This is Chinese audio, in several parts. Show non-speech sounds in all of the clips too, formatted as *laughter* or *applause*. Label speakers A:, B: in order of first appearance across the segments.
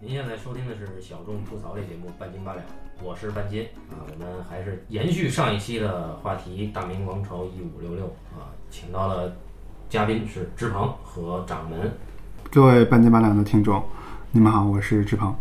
A: 您现在收听的是小众吐槽类节目《半斤八两》，我是半斤啊。我们还是延续上一期的话题，大明王朝一五六六啊，请到了嘉宾是志鹏和掌门。
B: 各位半斤八两的听众，你们好，我是志鹏。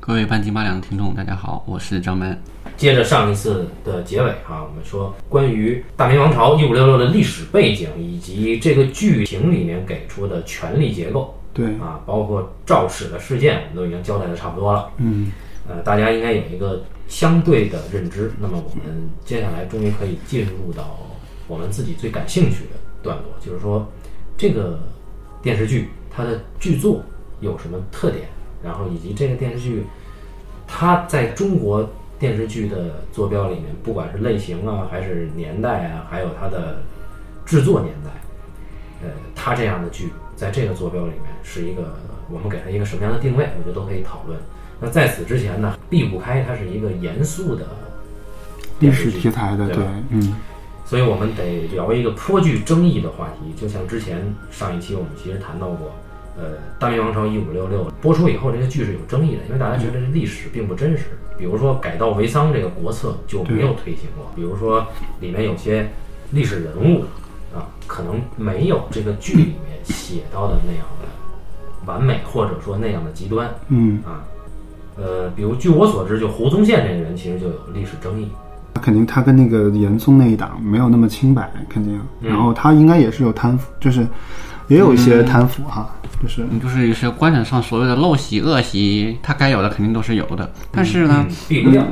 C: 各位半斤八两的听众，大家好，我是张门。
A: 接着上一次的结尾啊，我们说关于大明王朝一五六六的历史背景以及这个剧情里面给出的权力结构
B: 对，
A: 啊，包括肇始的事件，我们都已经交代的差不多了。
B: 嗯，
A: 呃，大家应该有一个相对的认知。那么我们接下来终于可以进入到我们自己最感兴趣的段落，就是说这个电视剧它的剧作有什么特点，然后以及这个电视剧它在中国电视剧的坐标里面，不管是类型啊，还是年代啊，还有它的制作年代，呃，它这样的剧在这个坐标里面是一个我们给它一个什么样的定位，我觉得都可以讨论。那在此之前呢，避不开它是一个严肃的
B: 历
A: 电视
B: 史
A: 剧
B: 题，材的，
A: 对
B: 对，
A: 吧
B: 嗯，
A: 所以我们得聊一个颇具争议的话题。就像之前上一期我们其实谈到过，呃，《大明王朝一五六六》播出以后，这个剧是有争议的，因为大家觉得这历史并不真实。比如说改道为桑这个国策就没有推行过，比如说里面有些历史人物啊，可能没有这个剧里面写到的那样的完美，或者说那样的极端。
B: 嗯，
A: 啊，呃，比如据我所知，就胡宗宪这个人其实就有历史争议。
B: 那肯定他跟那个严嵩那一档没有那么清白，肯定。
A: 嗯
B: 然后他应该也是有贪腐，就是也有一些贪腐哈，就是
C: 嗯就是有些官场上所谓的陋习、恶习，他该有的肯定都是有的。但是呢
A: 嗯，，避不掉。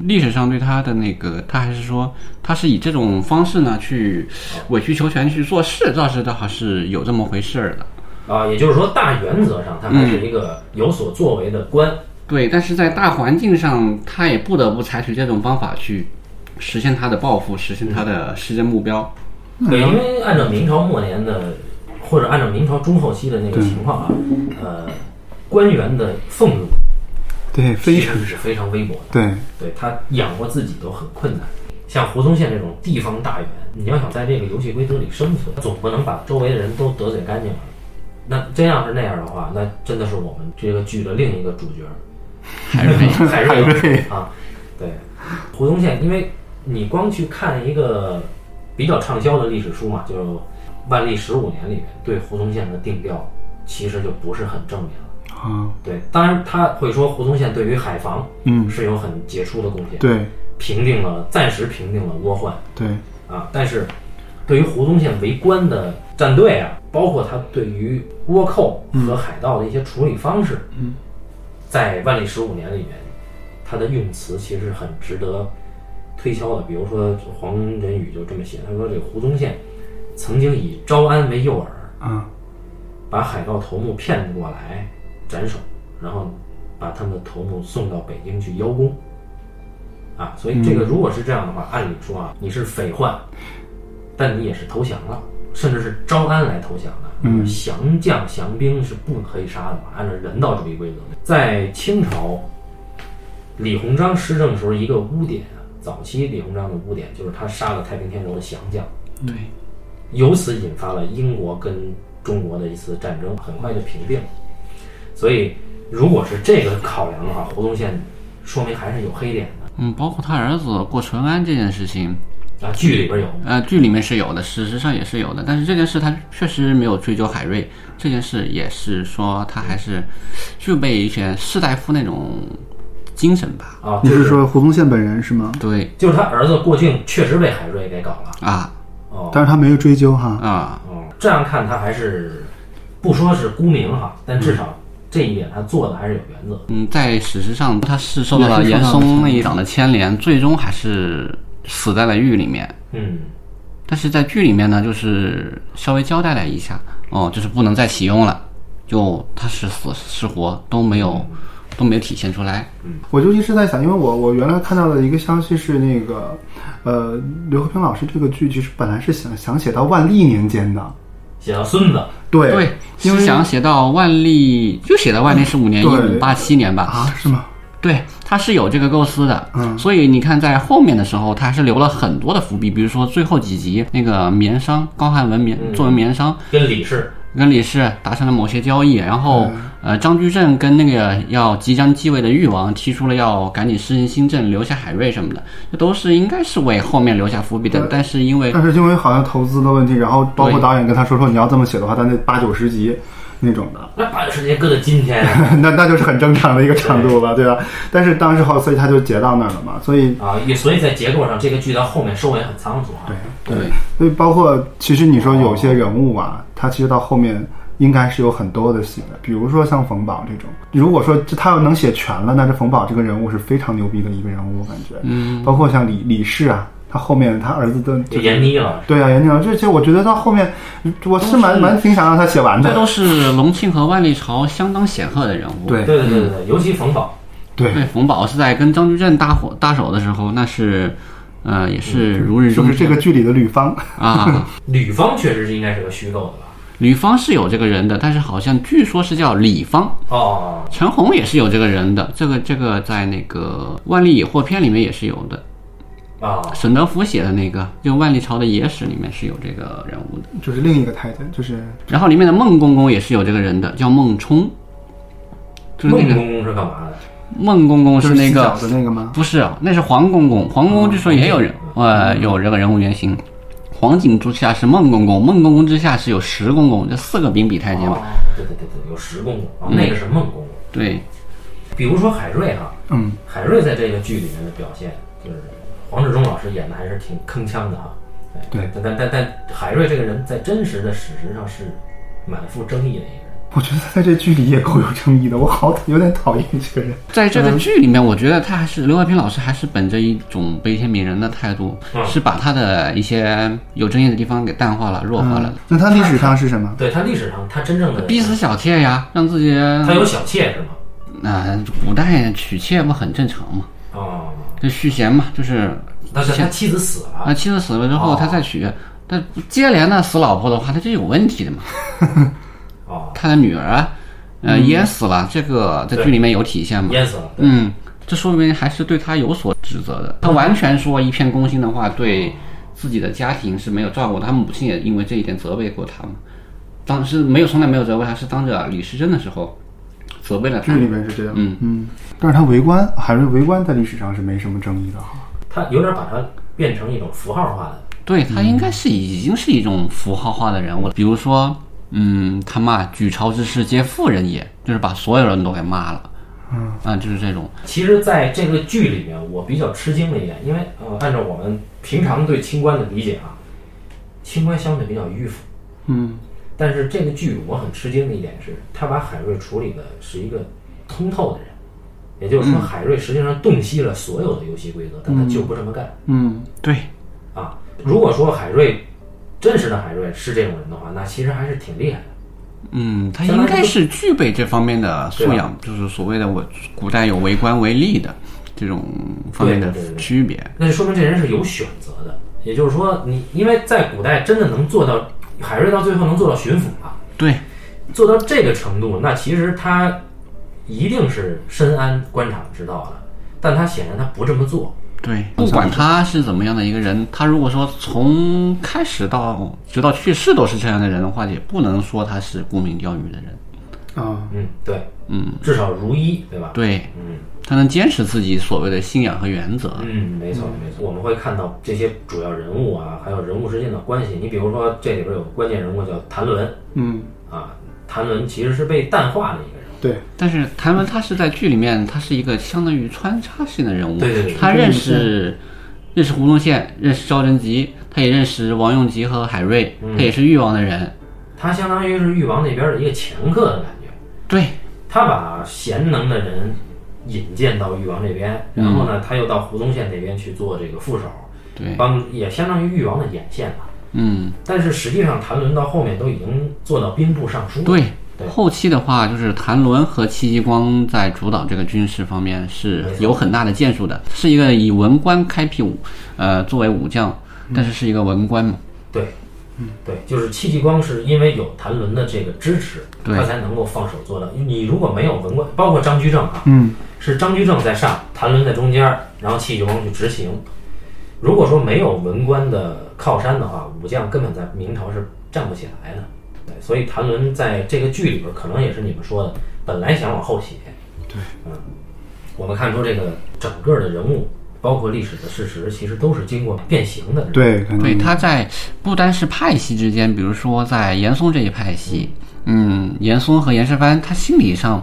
C: 历史上对他的那个，他还是说他是以这种方式呢去委曲求全去做事，倒是倒还是有这么回事儿的。
A: 啊，也就是说，大原则上他还
B: 嗯
A: 是一个有所作为的官。
C: 对，但是在大环境上，他也不得不采取这种方法去实现他的抱负，实现他的施政目标。
B: 嗯
A: 对，因为按照明朝末年的，或者按照明朝中后期的那个情况啊，呃，官员的俸禄
B: 对，非常
A: 其实是非常微薄的。
B: 对，
A: 对他养活自己都很困难。像胡宗宪这种地方大员，你要想在这个游戏规则里生存，总不能把周围的人都得罪干净了。那真要是那样的话，那真的是我们这个剧的另一个主角
C: 海瑞，
A: *laughs* 海
B: 海
A: 瑞
B: 瑞
A: 啊。对，胡宗宪，因为你光去看一个比较畅销的历史书嘛，就是《万历十五年》里面对胡宗宪的定调，其实就不是很正面了。
B: 啊，
A: 对，当然他会说胡宗宪对于海防
B: 嗯，
A: 是有很杰出的贡献。
B: 对
A: 平定了，暂时平定了倭患
B: 对，
A: 啊。但是，对于胡宗宪为官的战队啊，包括他对于倭寇和海盗的一些处理方式，
B: 嗯，
A: 在万历十五年里面，他的用词其实很值得推敲的。比如说黄仁宇就这么写，他说这个胡宗宪曾经以招安为诱饵，
B: 啊，
A: 把海盗头目骗过来斩首，然后把他们的头目送到北京去邀功。啊，所以这个如果是这样的话，按理说啊，你是匪患，但你也是投降了，甚至是招安来投降的。嗯，降将降兵是不可以杀的嘛，按照人道主义规则。在清朝，李鸿章施政时候一个污点啊，早期李鸿章的污点就是他杀了太平天国的降将。
C: 对，
A: 由此引发了英国跟中国的一次战争，很快就平定了。所以，如果是这个考量的话，胡宗宪说明还是有黑点
C: 嗯，包括他儿子过淳安这件事情，
A: 的啊。剧里边有，
C: 呃，剧里面是有的，事实上也是有的，但是这件事他确实没有追究海瑞，这件事也是说他还是具备一些士大夫那种精神吧。
A: 啊，
B: 你
A: 就是
B: 说胡宗宪本人是吗？
C: 对
A: 就是他儿子郭靖确实被海瑞给搞了
C: 啊
A: 哦
B: 但是他没有追究哈，
C: 啊，
A: 哦，这样看他还是不说是沽名哈，但至少这一点他做的还是有原则的。
C: 嗯，在史实上他是受到了
B: 也是
C: 严
B: 受到了
C: 嵩那一党的牵连，最终还是死在了狱里面。
A: 嗯，
C: 但是在剧里面呢，就是稍微交代了一下，哦，就是不能再启用了，就他是死是活都没有都没有体现出来。
B: 我就一直在想，因为我我原来看到的一个消息是那个，呃，刘和平老师这个剧其实本来是想想写到万历年间的，
A: 写到孙子
B: 对
C: 对，
B: 因
C: 是
B: 为
C: 想写到万历，就写到万历是五年，一
B: 对
C: 五八七年吧。
B: 啊，是吗？
C: 对，他是有这个构思的。
B: 嗯
C: 所以你看，在后面的时候，他还是留了很多的伏笔，比如说最后几集那个棉商，高汉文棉
A: 嗯
C: 作为棉商，
A: 跟李氏
C: 跟李氏达成了某些交易，然后
B: 嗯
C: 呃，张居正跟那个要即将继位的誉王提出了要赶紧施行新政，留下海瑞什么的，这都是应该是为后面留下伏笔的。但是因为
B: 但是因为好像投资的问题，然后包括
C: 对
B: 导演跟他说说你要这么写的话，他那八九十集那种的， *laughs*
A: 那把时间搁到今天啊
B: 那那就是很正常的一个长度了，对吧？但是当时后，所以他就截到那儿了嘛，所以
A: 啊，也所以在结构上，这个剧到后面收尾很仓促啊。
C: 对
B: 所以包括其实你说有些人物啊，他其实到后面应该是有很多的写的，比如说像冯宝这种，如果说这他要能写全了，那这冯宝这个人物是非常牛逼的一个人物，我感觉，嗯，包括像李李氏啊，他后面他儿子的
A: 就闫妮了，
B: 对啊，严静，这些我觉得到后面，我是蛮蛮挺想让他写完
C: 这
B: 的。
C: 都是隆庆和万历朝相当显赫的人物。
B: 对
A: 对对对对，尤其冯宝，
B: 对，
C: 对，冯宝是在跟张居正搭伙搭手的时候，那是呃也是如日
B: 嗯就
C: 中
B: 是
C: 天
B: 这个剧里的吕方，
C: 啊。
A: 吕方确实是应该是个虚构的吧？
C: 吕方是有这个人的，但是好像据说是叫李方。
A: 哦，
C: 陈红也是有这个人的，这个这个在那个《万历野获篇》里面也是有的，
A: 啊，
C: 沈德福写的那个就《万历朝的野史》里面是有这个人物的，
B: *laughs* 就是另一个太监，就是
C: 然后里面的孟公公也是有这个人的，叫孟冲，就是那
A: 孟
C: 个
A: 公公是干嘛的？
C: 孟公公
B: 就是
C: 那
B: 洗
C: 个
B: 脚的那个吗？
C: 不是啊，那是黄公公，黄公公据说也有人，
A: 哦
C: 呃，有这个人物原型。黄景之下是孟公公，孟公公之下是有石公公，这四个秉笔太监嘛。
A: 哦，对对对对，有石公公啊，那个是孟公公。
C: 对，
A: 比如说海瑞哈，
B: 嗯，
A: 海瑞在这个剧里面的表现，就是黄志忠老师演的还是挺铿锵的哈。哎
B: 对，
A: 但但但但海瑞这个人在真实的史实上是满腹争议的一个人。
B: 我觉得他在这剧里也够有争议的，我好有点讨厌这个人。
C: 在这个剧里面，我觉得他还是刘和平老师还是本着一种悲天悯人的态度，
A: 嗯
C: 是把他的一些有争议的地方给淡化了、弱化了
B: 嗯。，那他历史上是什么？
A: 对他历史上他真正的
C: 逼死小妾呀，让自己
A: 嗯他有小妾是吗？
C: 那古代娶妾不很正常嘛？
A: 哦，
C: 这续弦嘛，就是
A: 但是他妻子死了
C: 啊，妻子死了之
A: 哦
C: 后他再娶，但接连的死老婆的话，他就有问题的嘛。
A: 哦，
C: 他的女儿，呃，淹死了，这个在剧里面有体现嘛？
A: 淹死了。
C: 嗯，这说明还是对他有所指责的。他完全说一片公心的话，对自己的家庭是没有照顾的。他母亲也因为这一点责备过他嘛。当时没有，从来没有责备他，是当着李时珍的时候责备了他
B: 剧。里面是这样。
C: 嗯
B: 嗯，但是他为官，海瑞为官在历史上是没什么争议的哈。
A: 他有点把它变成一种符号化的。
C: 对他应该是已经是一种符号化的人物了。比如说，嗯，他骂举朝之事皆妇人也，就是把所有人都给骂了。嗯，啊，就是这种。
A: 其实，在这个剧里面，我比较吃惊的一点，因为呃，按照我们平常对清官的理解啊，清官相对比较迂腐。
B: 嗯，
A: 但是这个剧我很吃惊的一点是，他把海瑞处理的是一个通透的人，也就是说，海瑞实际上洞悉了所有的游戏规则，但他就不这么干
B: 嗯，
C: 对，
A: 啊。如果说海瑞真实的海瑞是这种人的话，那其实还是挺厉害的。
C: 嗯，他应该是具备这方面的素养，
A: 啊
C: 就是所谓的我古代有为官为吏的这种方面的
A: 对对对
C: 区别。
A: 那就说明这人是有选择的。也就是说你，因为在古代真的能做到，海瑞到最后能做到巡抚了，
C: 对，
A: 做到这个程度，那其实他一定是深谙官场之道的，但他显然他不这么做。
C: 对，不管他是怎么样的一个人，他如果说从开始到直到去世都是这样的人的话，也不能说他是沽名钓誉的人。
B: 啊，
A: 嗯，对，嗯，至少如一，对吧？
C: 对，
A: 嗯
C: 他能坚持自己所谓的信仰和原则。
A: 嗯，没错没错。我们会看到这些主要人物啊，还有人物之间的关系。你比如说，这里边有个关键人物叫谭纶
B: 嗯，
A: 啊，谭纶其实是被淡化的一个人。
B: 对，
C: 但是谭纶他是在剧里面，他是一个相当于穿插性的人物，
A: 对对对
C: 他认识认识胡宗宪，认识赵贞吉，他也认识王用吉和海瑞，
A: 嗯
C: 他也是誉王的人，
A: 他相当于是誉王那边的一个掮客的感觉，
C: 对
A: 他把贤能的人引荐到誉王这边，
C: 嗯
A: 然后呢，他又到胡宗宪那边去做这个副手，
C: 对，
A: 帮也相当于誉王的眼线吧。
C: 嗯
A: 但是实际上，谭纶到后面都已经做到兵部尚书了。
C: 对
A: 对。
C: 后期的话，就是谭纶和戚继光在主导这个军事方面是有很大的建树的，是一个以文官开辟武，呃，作为武将，
A: 嗯
C: 但是是一个文官嘛，
A: 对，对，就是戚继光是因为有谭纶的这个支持，
C: 对
A: 他才能够放手做到。你如果没有文官，包括张居正啊，
B: 嗯，
A: 是张居正在上，谭纶在中间，然后戚继光去执行。如果说没有文官的靠山的话，武将根本在明朝是站不起来的。对，所以谭纶在这个剧里边，可能也是你们说的，本来想往后写，嗯
B: 对，
A: 我们看出这个整个的人物，包括历史的事实，其实都是经过变形的。，
B: 对，可能
C: 对，他在不单是派系之间，比如说在严嵩这一派系，嗯，严嵩和严世蕃，他心理上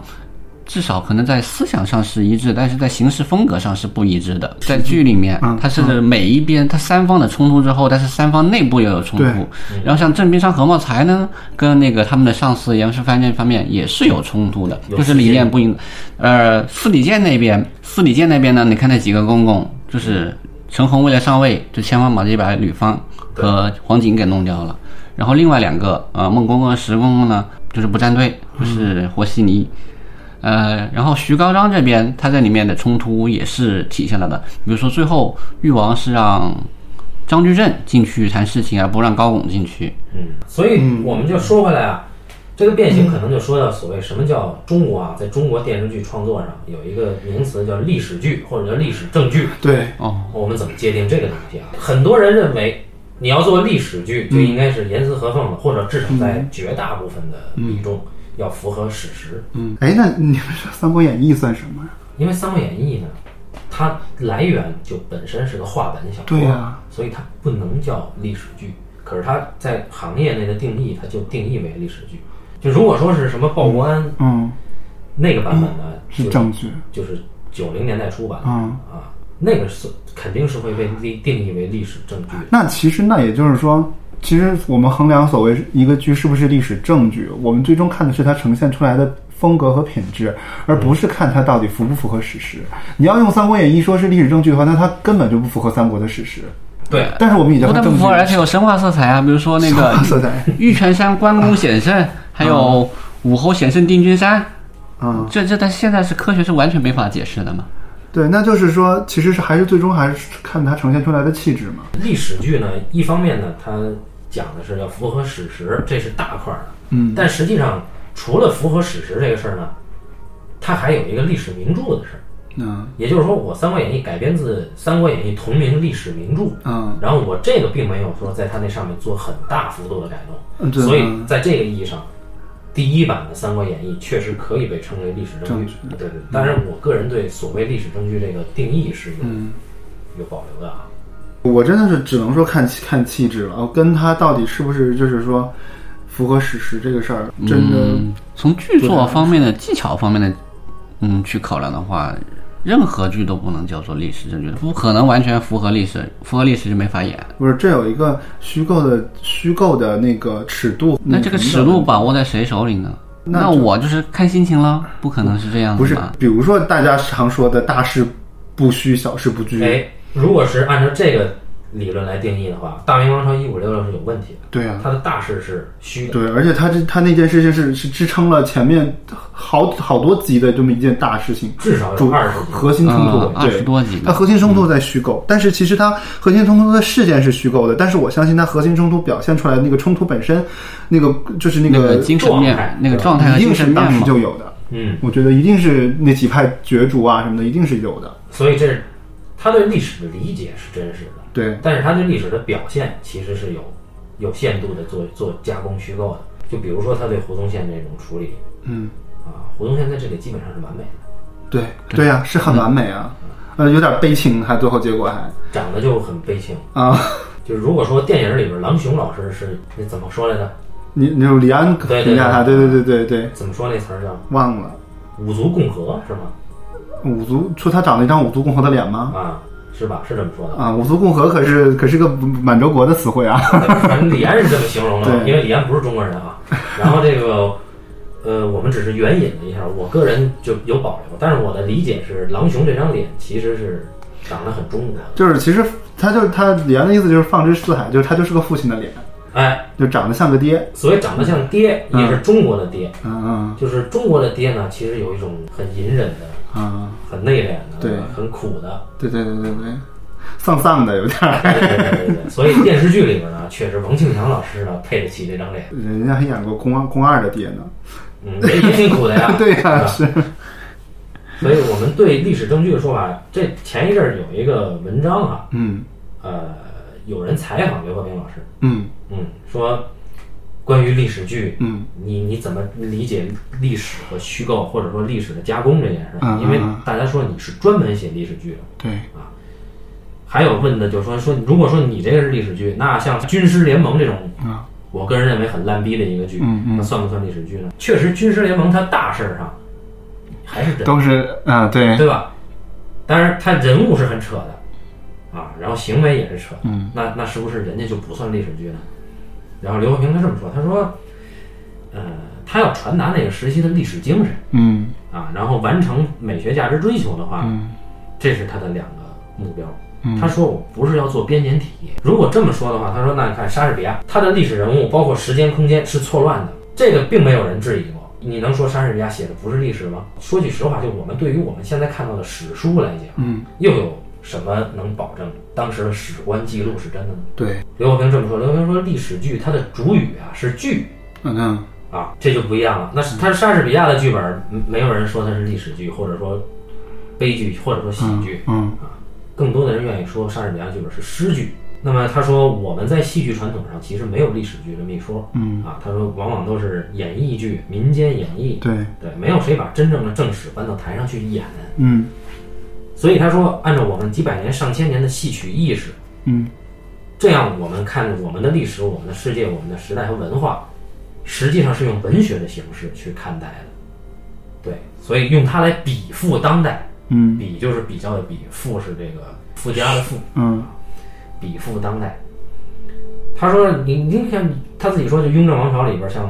C: 至少可能在思想上是一致，但是在行事风格上是不一致的。在剧里面，
B: 嗯
C: 他是每一边他三方的冲突之后，但是三方内部也有冲
B: 对
C: 突。然后像郑冰山何茂才呢，跟那个他们的上司严世蕃这方面也是有冲突的，
A: 有
C: 就是
A: 私
C: 理
A: 见
C: 念不一。呃，司礼监那边，司礼监那边呢，你看那几个公公，就是陈洪为了上位，就千方百计把吕方和黄景给弄掉了。然后另外两个，呃，孟公公、和石公公呢，就是不站队，就是和稀泥。呃，然后徐高章这边他在里面的冲突也是体现了的，比如说最后誉王是让张居正进去谈事情，而啊不让高拱进去。
A: 嗯，所以我们就说回来啊，这个变形可能就说到所谓什么叫中国啊，在中国电视剧创作上有一个名词叫历史剧或者叫历史正剧，
B: 对
C: 哦
A: 我们怎么界定这个东西啊？很多人认为你要做历史剧，就应该是严丝合缝的，或者至少在绝大部分的比重要符合史实。
B: 嗯，哎，那你们说《三国演义》算什么呀？
A: 因为《三国演义》呢，它来源就本身是个话本小说，
B: 对啊呀
A: 所以它不能叫历史剧。可是它在行业内的定义，它就定义为历史剧。就如果说是什么鲍国安
B: 嗯，
A: 那个版本呢，
B: 是
A: 就
B: 嗯正剧，
A: 就是九零年代初版的、
B: 嗯
A: 啊，那个是肯定是会被定定义为历史证据的。
B: 那其实那也就是说，其实我们衡量所谓一个剧是不是历史证据，我们最终看的是它呈现出来的风格和品质，而不是看它到底符不符合史实。你要用《三国演义》说是历史证据的话，那它根本就不符合三国的史实。
A: 对，
B: 但是我们已经
C: 不但
B: 证
C: 不
B: 据
C: 符合，而且有神话色彩啊，比如说那个
B: 神话色彩
C: 玉泉山关公险胜，还
B: 啊
C: 有武侯险胜定军山，
B: *laughs* 嗯，
C: 这这在现在是科学是完全没法解释的嘛。
B: 对，那就是说，其实是还是最终还是看它呈现出来的气质嘛。
A: 历史剧呢，一方面呢，它讲的是要符合史实，这是大块儿的。嗯，但实际上除了符合史实这个事儿呢，它还有一个历史名著的事儿。
B: 嗯
A: 也就是说，我《三国演义》改编自《三国演义》同名历史名著，
B: 嗯
A: 然后我这个并没有说在它那上面做很大幅度的改动，
B: 嗯对
A: 所以在这个意义上，第一版的《三国演义》确实可以被称为历史证据。对对，当然我个人对所谓历史证据这个定义是有、有保留的啊。
B: 我真的是只能说看看气质了，哦跟它到底是不是就是说符合史实这个事儿，真的。
C: 嗯，从剧
B: 啊
C: 作方面的技巧方面的，嗯，去考量的话，任何剧都不能叫做历史正剧，不可能完全符合历史，符合历史就没法演。
B: 不是，这有一个虚构的虚构的那个尺度。嗯
C: 那这个尺度把握在谁手里呢？
B: 那
C: 那
B: 就
C: 我就是看心情了，不可能是这样
B: 不
C: 子
B: 是
C: 吧？，
B: 比如说大家常说的大事不虚，小事不拘。
A: 哎，如果是按照这个理论来定义的话，《大明王朝一五六六》是有问题的，
B: 对啊，
A: 它的大事是虚的。
B: 对，而且他这他那件事情是是支撑了前面好好多集的这么一件大事情，
A: 至少有
B: 主
A: 20集
B: 核心冲突
C: 嗯，
B: 对
C: 20多集呢
B: 它核心冲突在虚构，但是其实它核心冲突的事件是虚构的，但是我相信它核心冲突表现出来的那个冲突本身，那个就是那
C: 那
B: 个
C: 个精神
A: 状态
C: 面，那个状态和
B: 一
C: 精
B: 定
C: 神
B: 是
C: 面
B: 当时
C: 貌。
B: 就有的。
A: 嗯，
B: 我觉得一定是那几派角逐啊什么的，一定是有的。
A: 所以这是他对历史的理解是真实的，
B: 对，
A: 但是他对历史的表现其实是有有限度的做做加工虚构的。就比如说他对胡宗宪这种处理
B: 嗯，
A: 啊，胡宗宪在这里基本上是完美的，
B: 对，对呀、是很完美啊。
C: 嗯
B: 呃，有点悲情，还最后结果还
A: 长得就很悲情。
B: 啊，
A: 就是如果说电影里边郎雄老师是那怎么说来着？
B: 你你说李安
A: 对对
B: 评价他，对对对对对，
A: 怎么说那词儿叫
B: 忘了
A: 五族共和是吗？
B: 五族说他长了一张五族共和的脸吗？
A: 啊，是吧？是这么说的。
B: 啊，五族共和可是可是个满洲国的词汇啊。
A: 反正李安是这么形容的，
B: 对
A: 因为李安不是中国人
B: *laughs*
A: 啊。然后这个，呃，我们只是援引了一下，我个人就有保留，但是我的理解是，狼熊这张脸其实是长得很中国的，
B: 就是其实他就是他李安的意思就是放之四海，就是他就是个父亲的脸，
A: 哎，
B: 就长得像个爹。
A: 所以长得像爹，也是中国的爹，
B: 嗯
A: 就是中国的爹呢，其实有一种很隐忍的、
B: 嗯嗯，
A: 很内敛的、
B: 对
A: 很苦的， *laughs*
B: 对对对对对，丧丧的有点儿。
A: 对对对对对。所以电视剧里边呢，确实王庆祥老师呢配得起这张脸，
B: 人家还演过宫二宫二的爹呢。，
A: 嗯，也也挺苦的呀
B: *laughs* 对呀、
A: 吧
B: 是。
A: 所以我们对历史证据的说法，这前一阵儿有一个文章啊，
B: 嗯
A: 呃，有人采访刘和平老师，
B: 嗯
A: 嗯，说关于历史剧，
B: 嗯，
A: 你你怎么理解历史和虚构，或者说历史的加工这件事儿？
B: 嗯
A: 因为
B: 嗯嗯
A: 大家说你是专门写历史剧的，
B: 对，
A: 还有问的就是说说，如果说你这个是历史剧，那像《军师联盟》这种，我个人认为很烂逼的一个剧，
B: 嗯嗯
A: 那算不算历史剧呢？确实，《军师联盟》它大事儿上还是人，
B: 都是啊，对，
A: 对吧？当然，它人物是很扯的啊，然后行为也是扯，
B: 嗯，
A: 那那是不是人家就不算历史剧呢？然后刘和平他这么说，他说，呃，他要传达那个时期的历史精神
B: 嗯
A: 啊，然后完成美学价值追求的话，
B: 嗯
A: 这是他的两个目标。
B: 嗯
A: 他说我不是要做编年体，如果这么说的话，他说那你看莎士比亚，他的历史人物包括时间空间是错乱的，这个并没有人质疑过。你能说莎士比亚写的不是历史吗？说句实话，就我们对于我们现在看到的史书来讲，
B: 嗯，
A: 又有什么能保证当时的史官记录是真的呢？
B: 对，
A: 刘和平这么说，刘和平说历史剧它的主语啊是剧
B: 嗯嗯
A: 啊，这就不一样了。那是他莎士比亚的剧本，嗯没有人说它是历史剧，或者说悲剧，或者说喜剧。
B: 嗯
A: 更多的人愿意说莎士比亚剧本是诗剧。那么他说，我们在戏剧传统上其实没有历史剧这么一说
B: 嗯，
A: 啊。他说，往往都是演绎剧、民间演绎，
B: 对，
A: 对，没有谁把真正的正史搬到台上去演。
B: 嗯
A: 所以他说，按照我们几百年、上千年的戏曲意识，
B: 嗯
A: 这样我们看我们的历史、我们的世界、我们的时代和文化，实际上是用文学的形式去看待的。对，所以用它来比附当代，
B: 嗯
A: 比就是比较的比，附是这个附加的附。
B: 嗯
A: 比附当代。他说：“你你看他自己说，就雍正王朝里边，像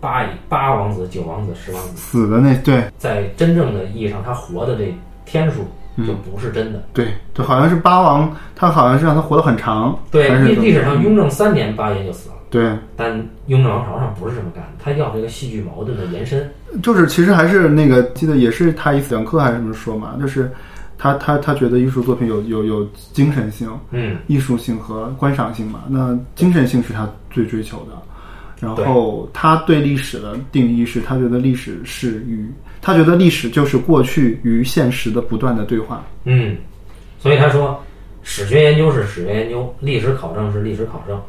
A: 八八王子、九王子、十王子，
B: 死的那对
A: 在真正的意义上，他活的这天数就不是真的。
B: 对，就好像是八王，他好像是让他活得很长，
A: 对
B: 还，是
A: 历历史上雍正三年八爷就死了，
B: 嗯对，
A: 但雍正王朝上不是这么干的，他要这个戏剧矛盾的延伸。
B: 就是其实还是那个，记得也是他一讲课还是什么说嘛，就是他他他觉得艺术作品有有有精神性，
A: 嗯，
B: 艺术性和观赏性嘛，那精神性是他最追求的。然后他对历史的定义是，他觉得历史是与他觉得历史就是过去与现实的不断的对话。
A: 嗯，所以他说，史学研究是史学研究，历史考证是历史考证，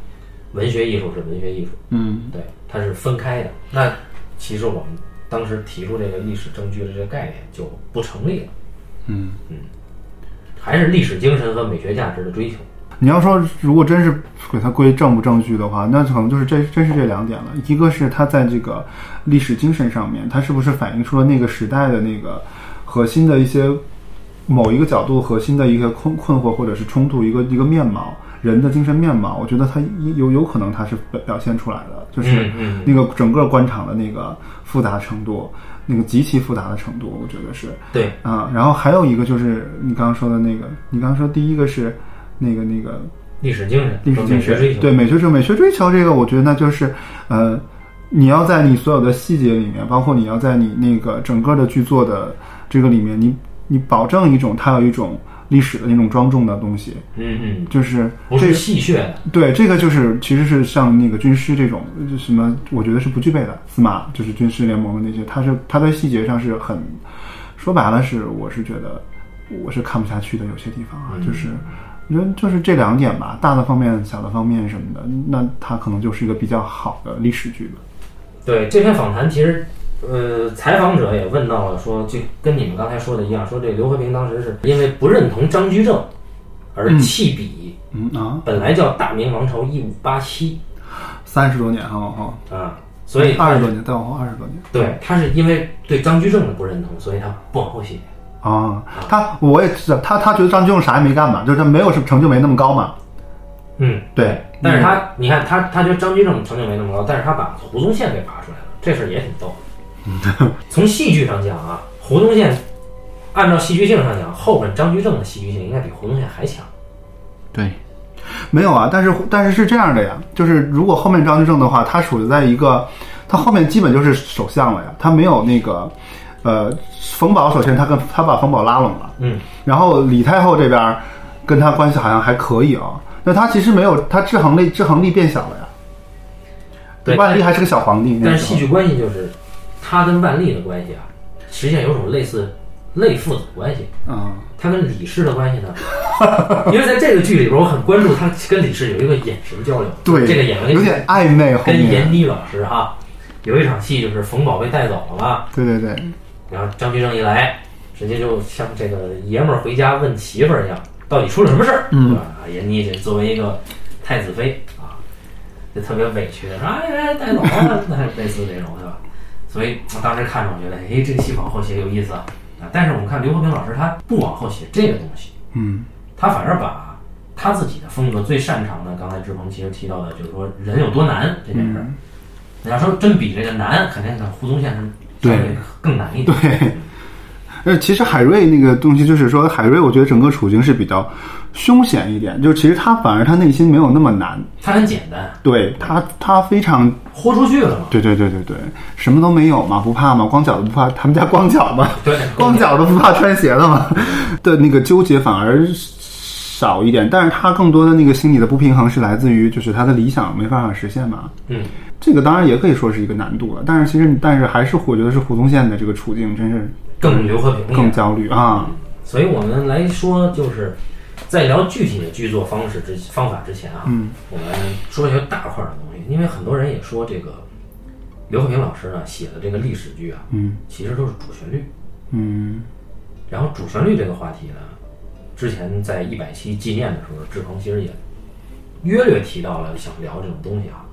A: 文学艺术是文学艺术。
B: 嗯
A: 对，它是分开的。那其实我们当时提出这个历史证据的这个概念就不成立了，
B: 嗯，
A: 还是历史精神和美学价值的追求。
B: 你要说如果真是给它归证不证据的话，那可能就是这真是这两点了，一个是他在这个历史精神上面，他是不是反映出了那个时代的那个核心的一些某一个角度核心的一个困困惑或者是冲突一个一个面貌。人的精神面貌，我觉得他有有可能他是表表现出来的，就是
A: 嗯嗯
B: 那个整个官场的那个复杂程度，那个极其复杂的程度，我觉得是。
A: 对，
B: 啊，然后还有一个就是你刚刚说的那个，你刚刚说第一个是那个那个
A: 历史精神，
B: 历史精
A: 美学追
B: 神，
A: 求。
B: 对美学追美学追求这个，我觉得那就是呃，你要在你所有的细节里面，包括你要在你那个整个的剧作的这个里面，你你保证一种它有一种历史的那种庄重的东西，
A: 嗯嗯，
B: 就是
A: 不
B: 这
A: 是戏谑的。
B: 对，这个就是其实是像那个军师这种就什么，我觉得是不具备的。司马就是军师联盟的那些，他是他对细节上是很，说白了是我是觉得我是看不下去的，有些地方啊，就是我觉得就是这两点吧，大的方面、小的方面什么的，那它可能就是一个比较好的历史剧吧。
A: 对这篇访谈，其实，呃，采访者也问到了说，就跟你们刚才说的一样，说这刘和平当时是因为不认同张居正而弃笔，
B: 嗯啊，
A: 本来叫《大明王朝一五八七
B: 三十多年哈，哦，》
A: 啊，所以
B: 二十多年，再往后二十多年
A: 对他是因为对张居正的不认同，所以他不往后写。
B: 啊。他我也知道，他他觉得张居正啥也没干嘛，就是他没有什么成就没那么高嘛。
A: 嗯，
B: 对，
A: 但是他，你看他，他觉得张居正成就没那么高，但是他把胡宗宪给拔出来了，这事儿也挺逗的。从戏剧上讲啊，胡宗宪按照戏剧性上讲，后边张居正的戏剧性应该比胡宗宪还强。
C: 对，
B: 没有啊，但是但是是这样的呀，就是如果后面张居正的话，他处在一个，他后面基本就是首相了呀，他没有那个，呃，冯保首先他跟他把冯保拉拢了，
A: 嗯，
B: 然后李太后这边儿跟他关系好像还可以啊，那他其实没有他制衡力制衡力变小了呀，
A: 对
B: 万历还是个小皇帝，那
A: 但
B: 个
A: 是戏
B: 时候
A: 剧关系就是他跟万历的关系啊，实际上有种类似类父子关系。
B: 嗯
A: 他跟李氏的关系呢？ *laughs* 因为在这个剧里边，我很关注他跟李氏有一个眼神交流。
B: 对，
A: 这个演员
B: 有点暧昧，后
A: 跟
B: 面
A: 闫妮老师哈，有一场戏就是冯宝被带走了嘛，
B: 对对对，
A: 然后张居正一来，直接就像这个爷们儿回家问媳妇儿一样，到底出了什么事儿，
B: 嗯
A: 对吧？啊闫妮这作为一个太子妃啊，就特别委屈的说：“哎哎，带走了， *laughs* 那类似这种，对吧？”所以我当时看着，我觉得，哎，这个戏往后写有意思啊。啊但是我们看刘和平老师，他不往后写这个东西，
B: 嗯
A: 他反而把他自己的风格最擅长的，刚才志鹏其实提到的，就是说人有多难这件事
B: 嗯
A: 儿。你要说真比这个难，肯定的胡宗宪是
B: 对
A: 相对更难一点。
B: 对呃，其实海瑞那个东西，就是说海瑞，我觉得整个处境是比较凶险一点，就是其实他反而他内心没有那么难，
A: 他很简单，
B: 对他他非常
A: 豁出去了嘛。
B: 对对对对对，什么都没有嘛，不怕嘛，光脚的不怕，他们家光脚嘛，
A: 对，
B: 光脚的不怕穿鞋的嘛，的那个纠结反而少一点，但是他更多的那个心理的不平衡是来自于就是他的理想没办法实现嘛，
A: 嗯，
B: 这个当然也可以说是一个难度了，但是其实但是还是我觉得是胡宗宪的这个处境真是
A: 更刘和平一点
B: 更焦虑啊，
A: 所以我们来说，就是在聊具体的剧作方式之方法之前啊，
B: 嗯
A: 我们说一些大块儿的东西，因为很多人也说这个刘和平老师呢写的这个历史剧啊，
B: 嗯
A: 其实都是主旋律。
B: 嗯
A: 然后主旋律这个话题呢，之前在一百期纪念的时候，志鹏其实也约略提到了想聊这种东西啊，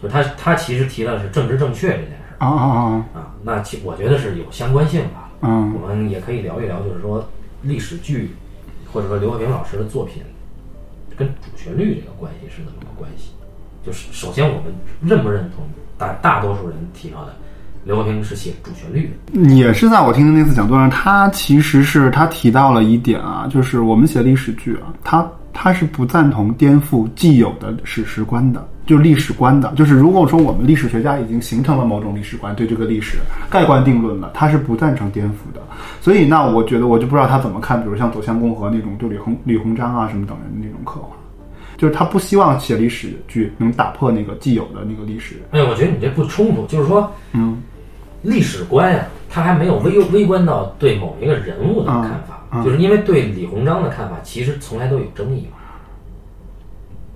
A: 就他他其实提到是政治正确这件事
B: 啊啊啊
A: 儿啊，那其我觉得是有相关性的啊。
B: 嗯
A: 我们也可以聊一聊，就是说历史剧或者说刘和平老师的作品跟主旋律这个关系是怎么个关系？就是首先我们认不认同大大多数人提到的刘和平是写主旋律的，
B: 嗯也是在我听的那次讲座上，他其实是他提到了一点啊，就是我们写历史剧啊，他他是不赞同颠覆既有的史实观的，就历史观的，就是如果说我们历史学家已经形成了某种历史观，对这个历史盖棺定论了，他是不赞成颠覆的。所以那我觉得我就不知道他怎么看，比如像《走向共和》那种，就李鸿李鸿章啊什么等人的那种刻画，就是他不希望写历史剧能打破那个既有的那个历史。
A: 哎，我觉得你这不冲突，就是说，
B: 嗯，
A: 历史观呀、他还没有微微观到对某一个人物的看法，
B: 嗯嗯
A: 就是因为对李鸿章的看法其实从来都有争议嘛。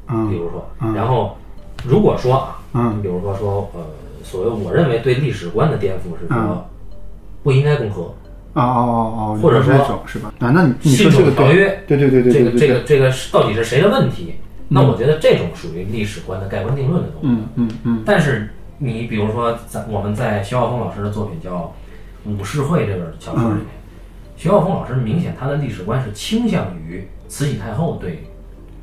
B: 嗯
A: 比如说，
B: 嗯
A: 然后如果说啊，
B: 嗯
A: 你比如说说呃，所谓我认为对历史观的颠覆是
B: 嗯
A: 说不应该共和，
B: 哦哦哦，
A: 或者
B: 你
A: 说
B: 这种是吧？啊，那你你
A: 信
B: 说这个
A: 守条
B: 对，
A: 约，
B: 对对对对
A: 这
B: 对
A: 个
B: 对，
A: 这
B: 对
A: 个这个是到底是谁的问题？那我觉得这种属于历史观的盖棺定论的东西。
B: 嗯嗯嗯
A: 但是你比如说在我们在徐浩峰老师的作品叫《武士会》这本小说里
B: 嗯
A: 面，徐浩峰老师明显他的历史观是倾向于慈禧太后对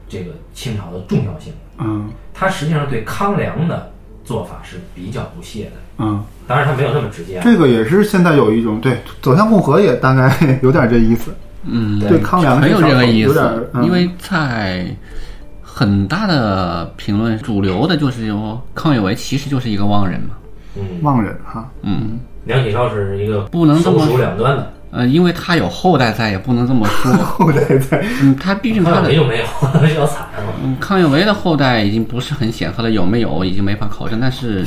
A: 这个清朝的重要性的，
B: 嗯
A: 他实际上对康梁的做法是比较不屑的，
B: 嗯，
A: 当然他没有那么直接啊。
B: 这个也是现在有一种对走向共和也大概 *laughs* 有点这意思，
C: 嗯，
B: 对康梁
C: 很有这个意
B: 有点儿
C: 思，，
B: 嗯
C: 因为在很大的评论主流的就是说康有为其实就是一个妄人嘛，
A: 嗯，
B: 忘人哈， *laughs*
C: 嗯，
A: 梁启超是一个
C: 不能这
A: 手
C: 么
A: 鼠两端的，
B: 嗯
C: 呃，因为他有后代在，也不能这么说， *laughs*
B: 后来在
C: 嗯，他毕竟
A: 康有
C: 他的
A: 为就没有， *laughs* 比较惨了。
C: 嗯，康有为的后代已经不是很显赫了，有没有已经没法考证。但是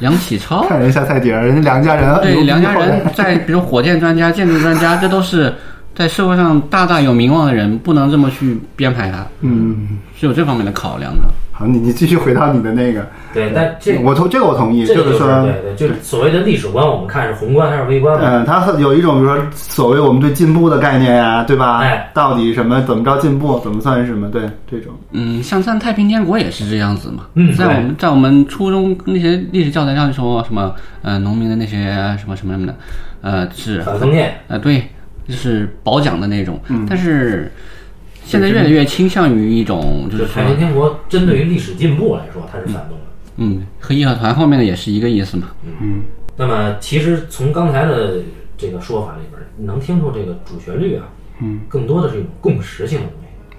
C: 梁启
B: *laughs*
C: 超，
B: 看人下菜碟儿，人家梁家人
C: 哦对
B: 牛逼
C: 梁家
B: 后来
C: 人，
B: *laughs*
C: 在比如火箭专家、建筑专家，这都是在社会上大大有名望的人，不能这么去编排他，
B: 嗯，
C: 是有这方面的考量的。
B: 好，你你继续回到你的那个，
A: 对，但这
B: 我同这个我同意，
A: 这个
B: 是
A: 就是
B: 说。
A: 对对，就是所谓的历史观，我们看是宏观还是微观嘛？
B: 嗯，它有一种，比如说所谓我们对进步的概念呀、对吧？
A: 哎，
B: 到底什么怎么着进步，怎么算是什么？对，这种，
C: 嗯，像在太平天国也是这样子嘛。
A: 嗯
C: 在我
A: 对
C: 们在我们初中那些历史教材上说什么，呃，农民的那些什么什么什么的，呃，是
A: 反封建，
C: 呃，对，就是褒奖的那种。但是现在越来越倾向于一种，
A: 就
C: 就
A: 是是太
C: 说，
A: 平天国针对于历史进步来说，它是反动的。
C: 嗯，和义和团后面的也是一个意思嘛。
A: 那么，其实从刚才的这个说法里边，你能听出这个主旋律啊，嗯，更多的是一种共识性的东西，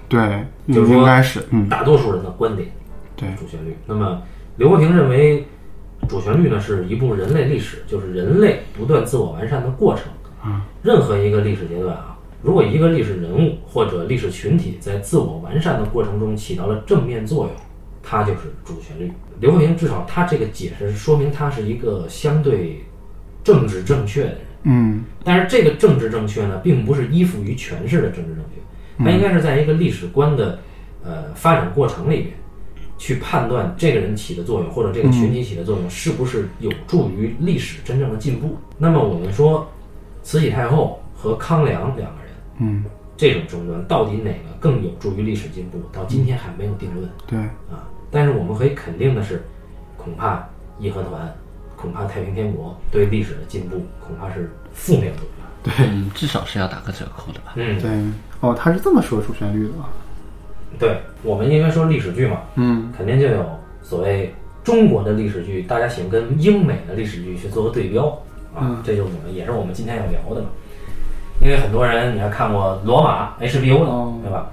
B: 对，
A: 就是说
B: 应该是，嗯，
A: 大多数人的观点，
B: 对
A: 主旋律。那么，刘国平认为，主旋律呢是一部人类历史，就是人类不断自我完善的过程。任何一个历史阶段啊，如果一个历史人物或者历史群体在自我完善的过程中起到了正面作用，它就是主旋律。刘和平至少他这个解释说明他是一个相对政治正确的人，
B: 嗯
A: 但是这个政治正确呢，并不是依附于权势的政治正确，它应该是在一个历史观的呃发展过程里面，去判断这个人起的作用或者这个群体起的作用是不是有助于历史真正的进步。那么我们说，慈禧太后和康梁两个人
B: 嗯，
A: 这种争端，到底哪个更有助于历史进步，到今天还没有定论。
B: 对，
A: 啊，但是我们可以肯定的是，恐怕义和团，恐怕太平天国对历史的进步，恐怕是负面的。
C: 嗯，至少是要打个折扣的吧。
A: 嗯，
B: 啊对，哦，他是这么说主旋律的，啊
A: 对，我们因为说历史剧嘛，
B: 嗯，
A: 肯定就有所谓中国的历史剧，大家喜欢跟英美的历史剧去做个对标啊，
B: 嗯
A: 这就是我们也是我们今天要聊的嘛。因为很多人你还看过罗马 HBO 的，
B: 哦
A: 对吧？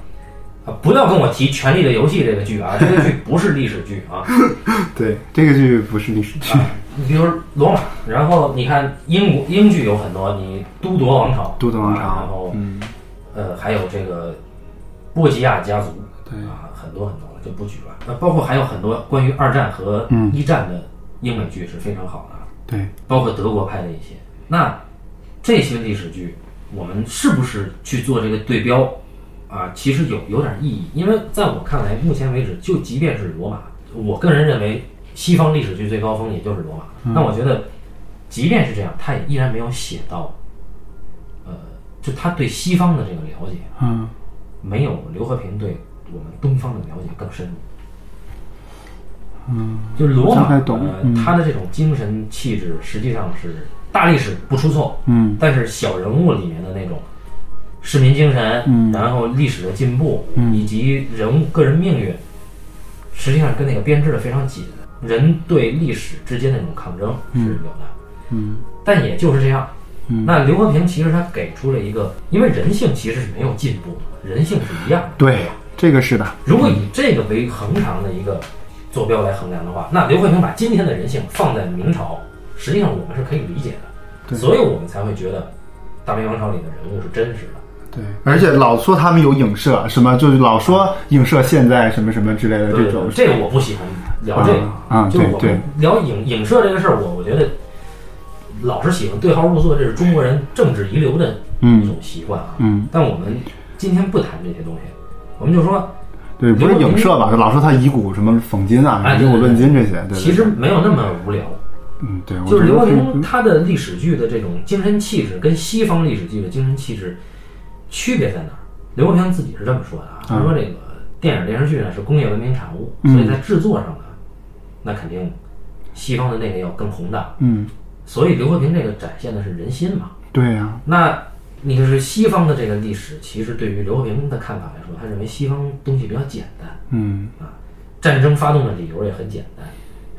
A: 啊，不要跟我提《权力的游戏》这个剧啊，这个剧不是历史剧啊。
B: *laughs* 对，这个剧不是历史剧，
A: 你比如罗马，然后你看英国英剧有很多，你都铎王朝，
B: 都铎王朝
A: 啊然后、
B: 嗯，
A: 呃还有这个波吉亚家族，
B: 对
A: 啊，很多很多了就不举了。那包括还有很多关于二战和一战的英美剧是非常好的啊，
B: 对，
A: 包括德国拍的一些。那这些历史剧，我们是不是去做这个对标啊？其实有有点意义，因为在我看来，目前为止，就即便是罗马，我个人认为西方历史剧最高峰也就是罗马。那我觉得，即便是这样，他也依然没有写到，呃，就他对西方的这个了解，
B: 嗯，
A: 没有刘和平对我们东方的了解更深入。嗯，就是罗
B: 好像
A: 马，
B: 还懂
A: 呃，他的这种精神气质实际上是大历史不出错，
B: 嗯，
A: 但是小人物里面的那种市民精神，嗯，然后历史的进步，嗯，以及人物个人命运，实际上跟那个编织的非常紧。人对历史之间的那种抗争是有的，
B: 嗯，
A: 但也就是这样。那刘和平其实他给出了一个，因为人性其实是没有进步的，人性是一样的。
B: 对，这个是的，
A: 如果以这个为恒常的一个坐标来衡量的话，那刘慧平把今天的人性放在明朝，实际上我们是可以理解的，所以我们才会觉得《大明王朝》里的人物是真实的。
B: 对，而且老说他们有影射，什么就是老说影射现在什么什么之类的
A: 对
B: 这种，
A: 这个我不喜欢聊这个，
B: 啊啊
A: 就我
B: 对对
A: 们聊影影射这个事儿，我我觉得老是喜欢对号入座，这是中国人政治遗留的一种习惯啊。
B: 嗯，
A: 但我们今天不谈这些东西，我们就说
B: 对，不是影射吧？老说他以古什么讽今啊，
A: 哎
B: 以
A: 对
B: 古论今这些，对，对
A: 其实，没有那么无聊。
B: 嗯，对，我
A: 就是
B: 觉
A: 刘若
B: 得可以
A: 英她的历史剧的这种精神气质跟西方历史剧的精神气质区别在哪儿？刘若英自己是这么说的啊，嗯她说这个电影电视剧呢是工业文明产物，所以在制作上呢，那肯定西方的那个要更宏大，
B: 嗯，
A: 所以刘和平这个展现的是人心嘛。
B: 对啊呀，
A: 那你就是西方的这个历史，其实对于刘和平的看法来说，他认为西方东西比较简单，
B: 嗯，
A: 战争发动的理由也很简单，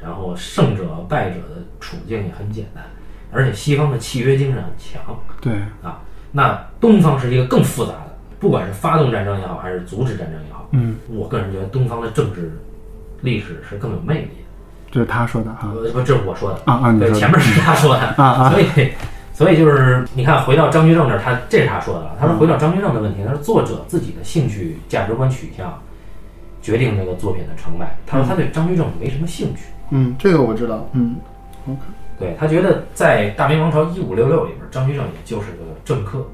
A: 然后胜者败者的处境也很简单，而且西方的契约精神很强
B: 对，
A: 啊。那东方是一个更复杂的，不管是发动战争也好，还是阻止战争也好，
B: 嗯，
A: 我个人觉得东方的政治历史是更有魅力的。
B: 这是他说的啊，
A: 呃，不，这是我说的
B: 啊啊你
A: 对，
B: 说的
A: 前面是他说的
B: 啊啊
A: 所以。所以就是你看，回到张居正这儿，他这是他说的啊，他说回到张居正的问题，他说作者自己的兴趣、价值观取向决定这个作品的成败。他说他对张居正没什么兴趣，
B: 嗯，这个我知道，嗯，
A: 对他觉得在《大明王朝一五六六》里边，张居正也就是个政客，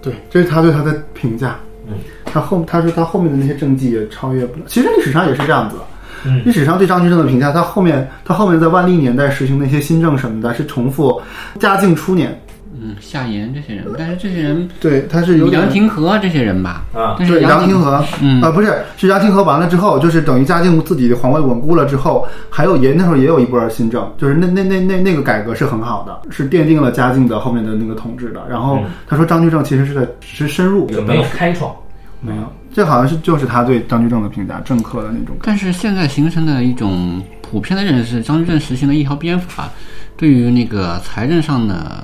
B: 对，这是他对他的评价。
A: 嗯，
B: 他后他说他后面的那些政绩也超越不了。其实历史上也是这样子的。
A: 嗯
B: 历史上对张居正的评价，他后面他后面在万历年代实行那些新政什么的，是重复嘉靖初年。
C: 嗯，夏言这些人，但是这些人，
B: 对，他是有点
C: 杨廷和这些人吧，
A: 啊
C: 但是
B: 对
C: 杨
B: 杨廷和，
C: 嗯
B: 啊，不是，是杨廷和完了之后，就是等于嘉靖自己的皇位稳固了之后，还有也那时候也有一波新政，就是那那那那那个改革是很好的，是奠定了嘉靖的后面的那个统治的。然后
A: 嗯
B: 他说张居正其实是在是深入
A: 就没有开创。
B: 没有，这好像是就是他对张居正的评价，政客的那种。
C: 但是现在形成的一种普遍的认识，张居正实行了一条鞭法，对于那个财政上的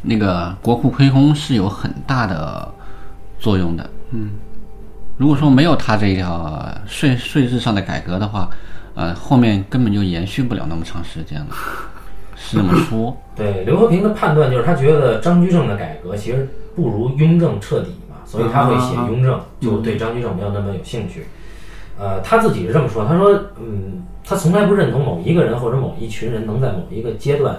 C: 那个国库亏空是有很大的作用的。嗯，如果说没有他这一条税税制上的改革的话，呃，后面根本就延续不了那么长时间了，是这么说。
A: 对刘和平的判断就是，他觉得张居正的改革其实不如雍正彻底嘛，所以他会写雍正，就对张居正没有那么有兴趣。呃，他自己是这么说，他说，嗯，他从来不认同某一个人或者某一群人能在某一个阶段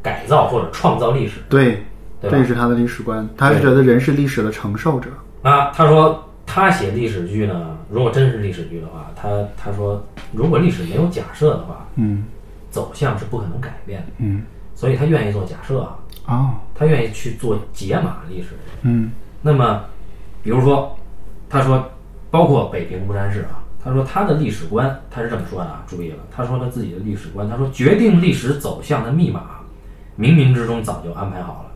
A: 改造或者创造历史
B: 对，
A: 对
B: 这是他的历史观，他是
A: 对
B: 觉得人是历史的承受者。
A: 啊。他说他写历史剧呢，如果真是历史剧的话，他他说如果历史没有假设的话，
B: 嗯
A: 走向是不可能改变的，
B: 嗯
A: 所以他愿意做假设啊，
B: 哦
A: 他愿意去做解码历史。
B: 嗯
A: 那么，比如说，他说，包括北平吴山市啊，他说他的历史观，他是这么说的啊，注意了，他说他自己的历史观，他说决定历史走向的密码，冥冥之中早就安排好了，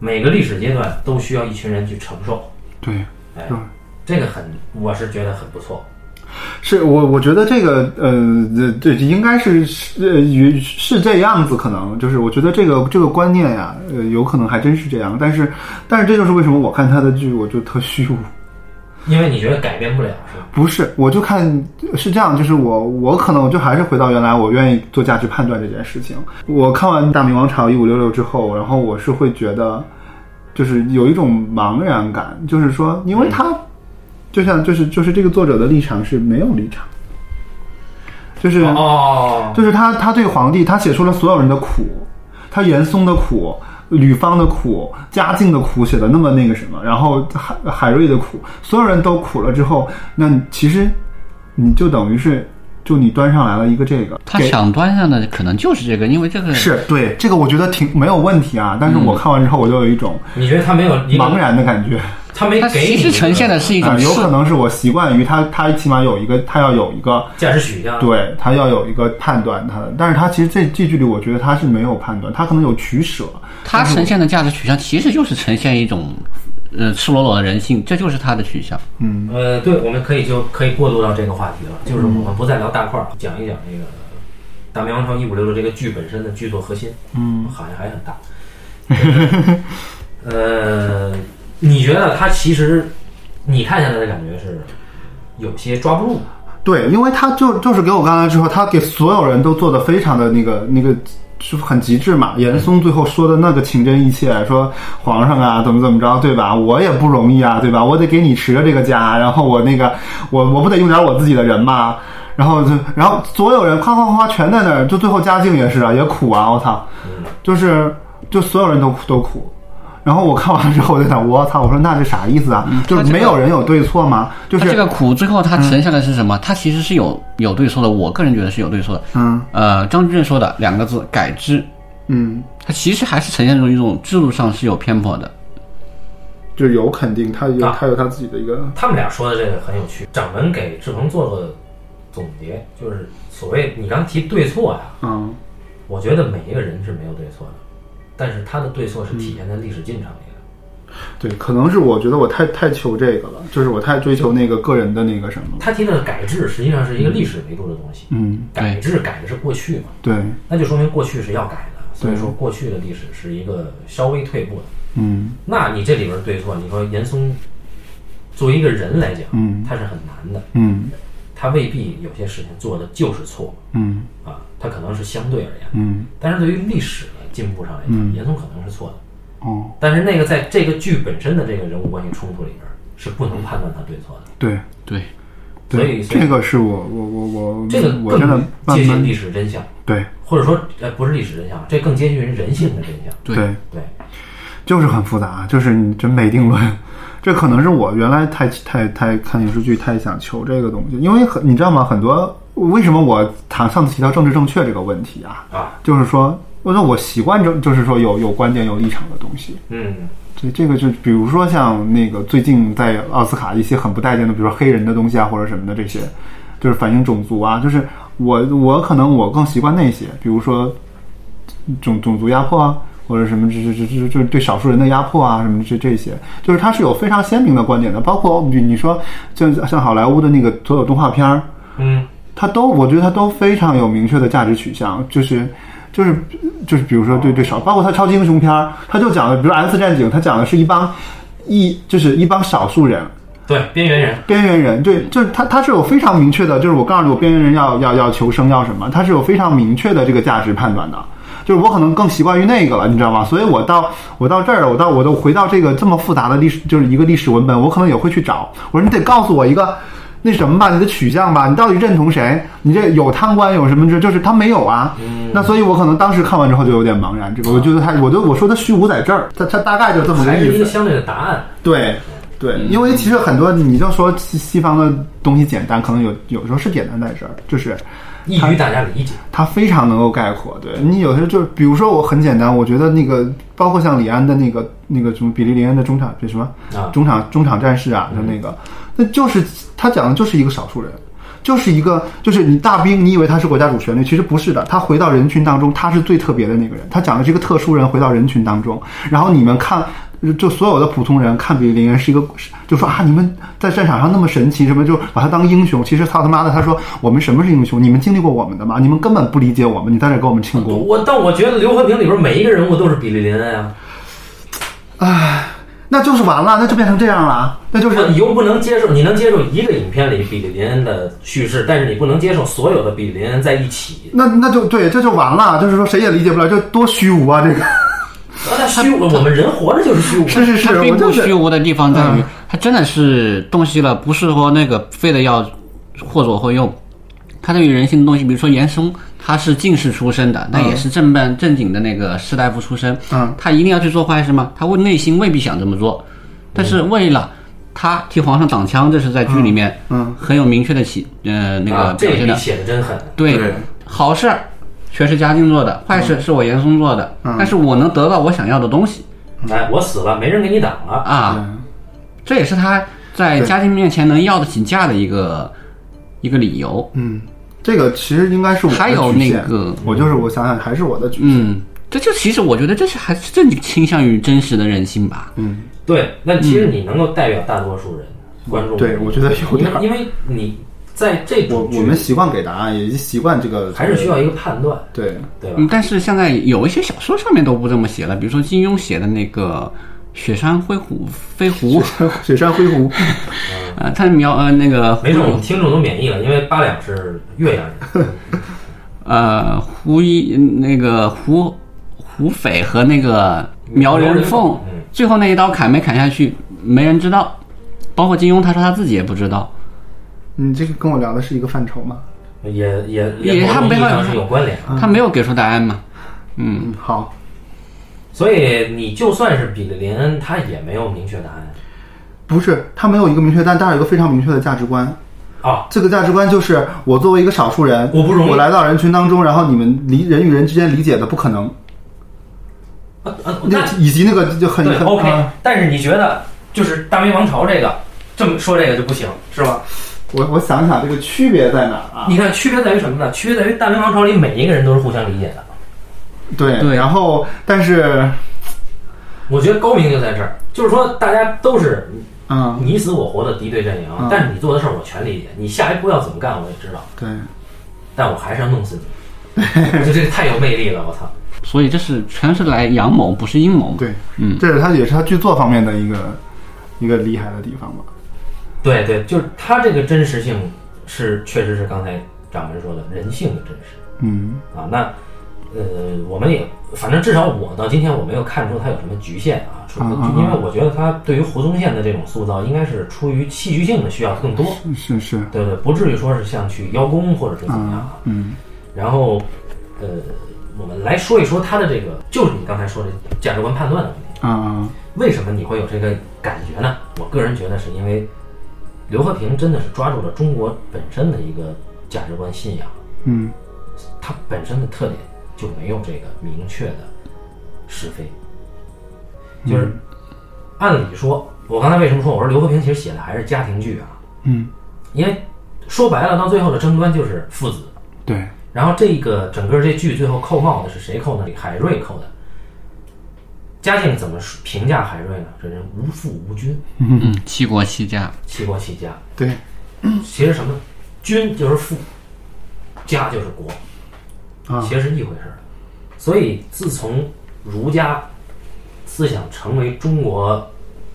A: 每个历史阶段都需要一群人去承受，
B: 对，
A: 哎
B: 对，
A: 这个很，我是觉得很不错，
B: 是我我觉得这个呃这这应该是是呃与是这样子，可能就是我觉得这个这个观念呀，呃有可能还真是这样，但是但是这就是为什么我看他的剧我就特虚无。
A: 因为你觉得改变不了是吧？
B: 不是，我就看是这样，就是我我可能就还是回到原来我愿意做价值判断这件事情。我看完《大明王朝一五六六》之后，然后我是会觉得，就是有一种茫然感，就是说，因为
A: 嗯
B: 他就像就是就是这个作者的立场是没有立场，就是
A: 哦，
B: 就是他他对皇帝，他写出了所有人的苦，他严嵩的苦。吕方的苦，嘉靖的苦写的那么那个什么，然后海海瑞的苦，所有人都苦了之后，那你其实你就等于是就你端上来了一个这个，
C: 他
B: 给
C: 想端上的可能就是这个，因为这个
B: 是对这个我觉得挺没有问题啊，但是我看完之后我就有一种
A: 你觉得他没有一个
B: 茫，然的感觉，
A: 他没
C: 它
A: 给你
C: 其
A: 一个
C: 实呈现的嗯是一
B: 啊、
C: 种
B: 有可
C: 是
B: 能是我习惯于他，他起码有一个他要有一个
A: 价值取向，
B: 对他要有一个判断他的，但是他其实这这剧里我觉得他是没有判断，他可能有取舍，
C: 它呈现的价值取向其实就是呈现一种，呃，赤裸裸的人性，这就是它的取向。
A: 呃，对，我们可以就可以过渡到这个话题了，就是我们不再聊大块儿，讲一讲这个《大明王朝一五六六》这个剧本身的剧作核心，嗯，好像还很大。呃，你觉得他其实你看下来的感觉是有些抓不住的，
B: 对，因为他就就是给我刚才之后，他给所有人都做的非常的那个那个，就是很极致嘛。严嵩最后说的那个情真意切，说皇上啊怎么怎么着，对吧？我也不容易啊，对吧？我得给你持着这个家，然后我那个我我不得用点我自己的人吗？然后就然后所有人夸夸夸全在那儿，就最后嘉靖也是啊，也苦啊，我操，就是就所有人都苦都苦。然后我看完了之后，我就想，我操！我说那这啥意思啊？就是
C: 他嗯这个
B: 没有人有对错吗？就
C: 它
B: 是
C: 这个苦最后它呈现的是什么？它其实是有有对错的，我个人觉得是有对错的。
B: 嗯
C: 呃，张居正说的两个字改制，
B: 嗯，
C: 它其实还是呈现出一种制度上是有偏颇的。
B: 就有肯定，他有
A: 啊
B: 他有他自己的一个，
A: 他们俩说的这个很有趣。掌门给志鹏做个总结，就是所谓你刚提对错呀、
B: 嗯
A: 我觉得每一个人是没有对错的，但是他的对错是体现在历史进程里的。
B: 对，可能是我觉得我太太求这个了，就是我太追求那个个人的那个什么了，
A: 他提的改制实际上是一个历史维度的东西，
B: 嗯，
A: 改制改的是过去嘛，
B: 对，
A: 那就说明过去是要改的，所以说过去的历史是一个稍微退步的。
B: 嗯
A: 那你这里边对错，你说严嵩作为一个人来讲，
B: 嗯
A: 他是很难的，
B: 嗯
A: 他未必有些事情做的就是错
B: 嗯
A: 啊，他可能是相对而言，
B: 嗯，
A: 但是对于历史的进步上来讲，严嵩可能是错的，
B: 哦，
A: 但是那个在这个剧本身的这个人物关系冲突里边是不能判断他对错的，
B: 对
C: 对，
A: 所以
B: 对，
A: 所以
B: 这个是我我我我
A: 这个
B: 嗯我
A: 更
B: 真的慢
A: 接近
B: 慢
A: 历史真相。
B: 对
A: 或者说，呃，不是历史真相，这更接近于人性的真相。
C: 对
B: 对，
A: 对，
B: 就是很复杂，就是你真没定论。 *laughs* 这可能是我原来太太太看影视剧太想求这个东西，因为很你知道吗？很多为什么我谈上次提到政治正确这个问题啊，
A: 啊，
B: 就是说，我说我习惯这，就是说有有观点、有立场的东西。
A: 嗯，
B: 这这个就比如说像那个最近在奥斯卡一些很不待见的，比如说黑人的东西啊，或者什么的这些，就是反映种族啊，就是我我可能我更习惯那些，比如说种种族压迫啊，或者什么这这这这就是对少数人的压迫啊，什么这这些，就是它是有非常鲜明的观点的。包括你你说像像好莱坞的那个所有动画片儿，
A: 嗯，
B: 它都，我觉得它都非常有明确的价值取向，就是，就是，就是，比如说对对少，包括它超级英雄片儿，它就讲的，比如《X 战警》，它讲的是一帮一就是一帮少数人，
A: 对，边缘人，
B: 边缘人，对，就是它它是有非常明确的，就是我告诉你，我边缘人要要要求生要什么，它是有非常明确的这个价值判断的。就是我可能更习惯于那个了，你知道吗？所以我到我到这儿，我到我都回到这个这么复杂的历史，就是一个历史文本，我可能也会去找。我说你得告诉我一个那什么吧，你的取向吧，你到底认同谁？你这有贪官有什么这？就是他没有啊。
A: 嗯
B: 那所以，我可能当时看完之后就有点茫然。这个，我觉得他，我就我说他虚无在这儿，他他大概就这么个
A: 还是一
B: 意
A: 个
B: 思。
A: 相对的答案。
B: 对对，因为其实很多你就说西西方的东西简单，可能有有时候是简单在这儿，就是
A: 易于大家理解。
B: 他非常能够概括。对你有些就是，比如说我很简单，我觉得那个包括像李安的那个那个什么比利林恩的中场这什么
A: 啊
B: 中场中场战士啊，就那个，那就是他讲的就是一个少数人。就是一个，就是你大兵，你以为他是国家主旋律，其实不是的。他回到人群当中，他是最特别的那个人。他讲的是一个特殊人回到人群当中，然后你们看，就所有的普通人看比利林恩是一个，就说啊，你们在战场上那么神奇，什么就把他当英雄。其实操他妈的，他说我们什么是英雄？你们经历过我们的吗？你们根本不理解我们，你在这给我们庆功。
A: 我但我觉得刘和平里边每一个人物都是比利林恩啊，
B: 那就是完了，那就变成这样了，啊那就
A: 不是
B: 是
A: 你又不能接受，你能接受一个影片里比利林恩的叙事，但是你不能接受所有的比利林恩在一起。
B: 那那就对，这就完了，就是说谁也理解不了，这多虚无啊！这个
A: 啊，那虚无，我们人活着就是虚无。
B: 是是
C: 它
B: 是，
C: 并
B: 我
C: 不
B: 就
C: 虚
B: 是嗯
C: 无的地方在于，它真的是洞悉了，不是说那个非得要或左或右。它对于人性的东西，比如说严嵩，他是进士出身的，那也是正办正经的那个士大夫出身。
B: 嗯，
C: 他一定要去做坏事吗？他未内心未必想这么做，但是为了他替皇上挡枪，这是在剧里面
B: 嗯
C: 很有明确的起呃那个
A: 啊，这
C: 表现
A: 里
C: 的。
A: 写的真狠。
C: 对，
B: 对
C: 好事儿全是嘉靖做的，坏事是我严嵩做的，但是我能得到我想要的东西
A: 哎，我死了，没人给你挡了。
C: 啊。这也是他在
B: 对
C: 嘉靖面前能要得起价的一个一个理由。
B: 嗯，这个其实应该是我的
C: 还有
B: 局限
C: 那个
B: 我就是我想想还是我的局限。
C: 嗯，这就其实我觉得这是还是更倾向于真实的人性吧。
A: 对，那其实你能够代表大多数人、观众。
B: 对我觉得有点儿
A: 因为因为你在这
B: 我
A: 种剧
B: 我们习惯给答案，也习惯这个，
A: 还是需要一个判断，
B: 对
A: 对吧？
C: 嗯，但是现在有一些小说上面都不这么写了，比如说金庸写的那个《雪山灰虎飞狐》，
B: 雪山灰狐，
C: 呃，他描呃那个
A: 没事，我们听众都免疫了，因为八两是岳阳人。
C: 呃胡一那个胡胡斐和那个 *laughs* 苗人凤
A: 嗯，
C: 最后那一刀砍没砍下去，没人知道，包括金庸，他说他自己也不知道。
B: 你这个跟我聊的是一个范畴吗？
A: 嗯也也
C: 也
A: 某
C: 他
A: 种
C: 没
A: 意义
C: 办
A: 上
C: 法
A: 是有关联。
C: 他没有给出答案嘛？
B: 嗯，好，
A: 所以你就算是比利林恩，他也没有明确答案
B: 不是他没有一个明确，但他有一个非常明确的价值观。
A: 啊。
B: 这个价值观就是我作为一个少数人，
A: 我不容易
B: 我来到人群当中，然后你们理人与人之间理解的不可能，
A: 啊啊
B: 那
A: 那
B: 以及那个就很
A: 对
B: 很
A: OK，、
B: 啊
A: 但是你觉得就是大明王朝这个这么说这个就不行是吧？
B: 我我想想这个区别在哪儿啊？
A: 你看区别在于什么呢？区别在于大明王朝里每一个人都是互相理解的。
B: 对，
C: 对
B: 然后但是，
A: 我觉得高明就在这儿，就是说大家都是
B: 嗯，
A: 你死我活的敌对阵营，
B: 嗯
A: 但是你做的事儿我全理解，你下一步要怎么干我也知道，
B: 对，
A: 但我还是要弄死你。就这个太有魅力了，我操！
C: 所以这是全是来阳谋，不是阴谋嘛。
B: 对， *laughs*
C: 嗯
B: 这是他也是他剧作方面的一个一个厉害的地方吧。
A: 对对，就是他这个真实性是确实是刚才掌门说的人性的真实。
B: 嗯
A: 啊，那呃，我们也反正至少我到今天我没有看出他有什么局限啊，除
B: 嗯嗯嗯
A: 因为我觉得他对于胡宗宪的这种塑造，应该是出于戏剧性的需要更多，，
B: 是是，
A: 对对，不至于说是像去邀功或者是怎么样啊。
B: 嗯
A: 然后呃，我们来说一说他的这个，就是你刚才说的价值观判断的问题，
B: 啊，
A: 为什么你会有这个感觉呢？我个人觉得是因为刘和平真的是抓住了中国本身的一个价值观信仰。
B: 嗯
A: 它本身的特点就没有这个明确的是非，
B: 嗯
A: 就是按理说，我刚才为什么说我说刘和平其实写的还是家庭剧啊？
B: 嗯，
A: 因为说白了，到最后的争端就是父子。
B: 嗯对，
A: 然后这个整个这剧最后扣帽子是谁扣的？海瑞扣的。嘉靖怎么评价海瑞呢？这人无父无君，
C: 嗯，七国七家，
A: 七国七家。
B: 对，
A: 其实什么，君就是父，家就是国。
B: 啊，
A: 其实是一回事儿。所以自从儒家思想成为中国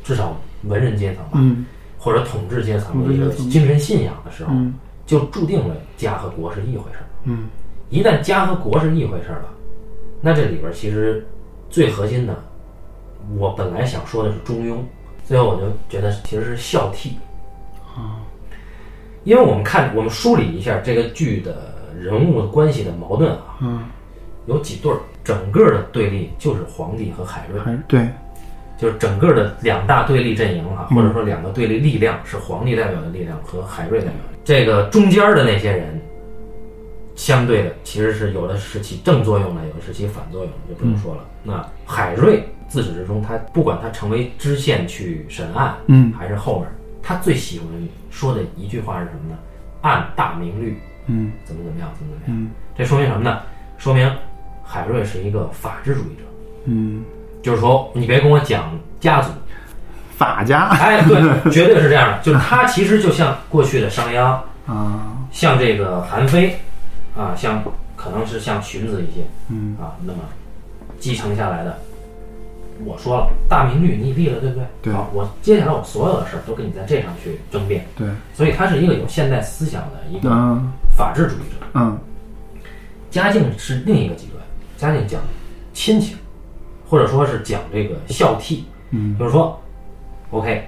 A: 至少文人阶层吧，
B: 嗯
A: 或者统治阶层的一个
B: 统治阶层
A: 精神信仰的时候，
B: 嗯
A: 就注定了家和国是一回事儿。
B: 嗯
A: 一旦家和国是一回事儿了，那这里边儿其实最核心的，我本来想说的是中庸，最后我就觉得其实是孝悌。因为我们看我们梳理一下这个剧的人物关系的矛盾啊，嗯，有几对儿，整个的对立就是皇帝和海瑞，
B: 还是对，
A: 就是整个的两大对立阵营啊，或者说两个对立力量是皇帝代表的力量和海瑞代表的力量。这个中间的那些人，相对的其实是有的是起正作用的，有的是起反作用的，就不用说了。那海瑞自始至终，他不管他成为知县去审案，
B: 嗯，
A: 还是后面，他最喜欢说的一句话是什么呢？按大明律，
B: 嗯，
A: 怎么怎么样，怎么怎么样。这说明什么呢？说明海瑞是一个法治主义者，
B: 嗯，
A: 就是说你别跟我讲家族，
B: 法家
A: *laughs* 哎，对，绝对是这样的。就是他其实就像过去的商鞅，
B: 啊，
A: 像这个韩非，啊，像可能是像荀子一些，
B: 嗯
A: 啊，那么继承下来的。我说了，大明律你立了，对不对？
B: 对
A: 好，我接下来我所有的事儿都跟你在这上去争辩，
B: 对，
A: 所以他是一个有现代思想的一个
B: 嗯
A: 法治主义者。
B: 嗯
A: 嘉靖是另一个极端，嘉靖讲亲情，或者说是讲这个孝悌，
B: 嗯
A: 就是说，OK，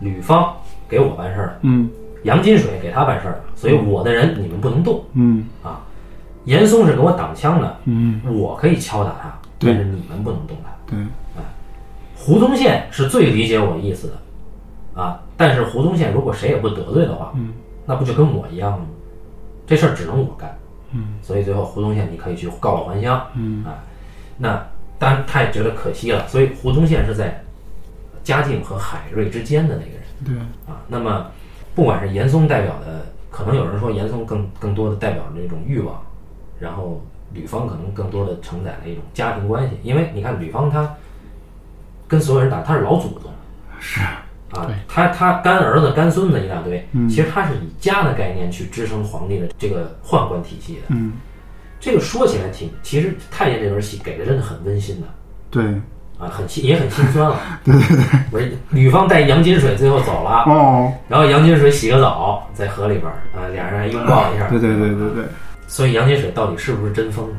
A: 吕方给我办事儿了，
B: 嗯
A: 杨金水给他办事儿了，所以我的人你们不能动。
B: 嗯
A: 严嵩是给我挡枪的，
B: 嗯，
A: 我可以敲打他，
B: 对
A: 但是你们不能动他。
B: 对，
A: 胡宗宪是最理解我意思的，啊，但是胡宗宪如果谁也不得罪的话，
B: 嗯
A: 那不就跟我一样吗？这事儿只能我干，
B: 嗯，
A: 所以最后胡宗宪你可以去告老还乡，
B: 嗯
A: 啊，那当然他也觉得可惜了，所以胡宗宪是在嘉靖和海瑞之间的那个人。
B: 对，
A: 啊。那么，不管是严嵩代表的，可能有人说严嵩更更多的代表着一种欲望，然后吕方可能更多的承载了一种家庭关系，因为你看吕方他跟所有人打，他是老祖宗，是啊
C: 对，
A: 他他干儿子干孙子一大堆，其实他是以家的概念去支撑皇帝的这个宦官体系的。
B: 嗯
A: 这个说起来挺，其实太监这轮戏给的真的很温馨的。
B: 对，
A: 啊，很心也很心酸了。 *laughs* 对对对，不是吕方带杨金水最后走了，
B: 哦，
A: 然后杨金水洗个澡，在河里边儿啊，俩人还拥抱一下。
B: 对对对对对
A: 所以杨金水到底是不是真疯呢？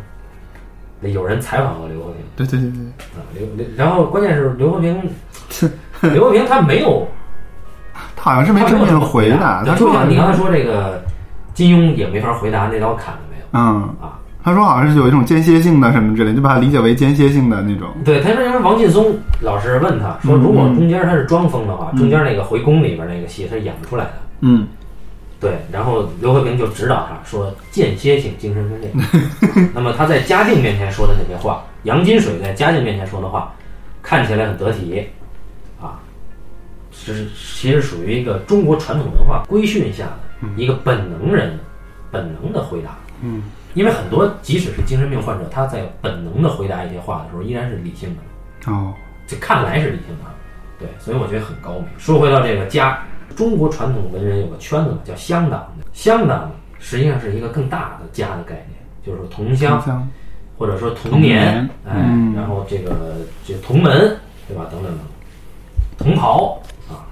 A: 那有人采访过刘和平
B: 对对对对，
A: 啊，刘刘，然后关键是刘和
B: *laughs*
A: 平，刘和平他没有，
B: 他好像是没
A: 他
B: 正
A: 有
B: 面回答，
A: 对
B: 他
A: 就
B: 说
A: 像你刚才说这个金庸也没法回答那刀砍了没有
B: 嗯，
A: 啊？
B: 他说好像是有一种间歇性的什么之类，就把它理解为间歇性的那种，
A: 对，他说因为王劲松老师问他说，如果中间他是装疯的话，中间那个回宫里边那个戏他是演不出来的。
B: 嗯，
A: 对，然后刘和平就指导他说间歇性精神分裂。那么他在嘉靖面前说的那些话，杨金水在嘉靖面前说的话，看起来很得体，啊，是其实属于一个中国传统文化规训下的一个本能人本能的回答。嗯，因为很多即使是精神病患者，他在本能的回答一些话的时候，依然是理性的。
B: 哦，
A: 这看来是理性的，对，所以我觉得很高明。说回到这个家，中国传统文人有个圈子嘛，叫乡党。乡党实际上是一个更大的家的概念，就是说同乡，
B: 像
A: 或者说同年，
C: 同
A: 哎，然后这个这同门，对吧？等等等等，同袍啊，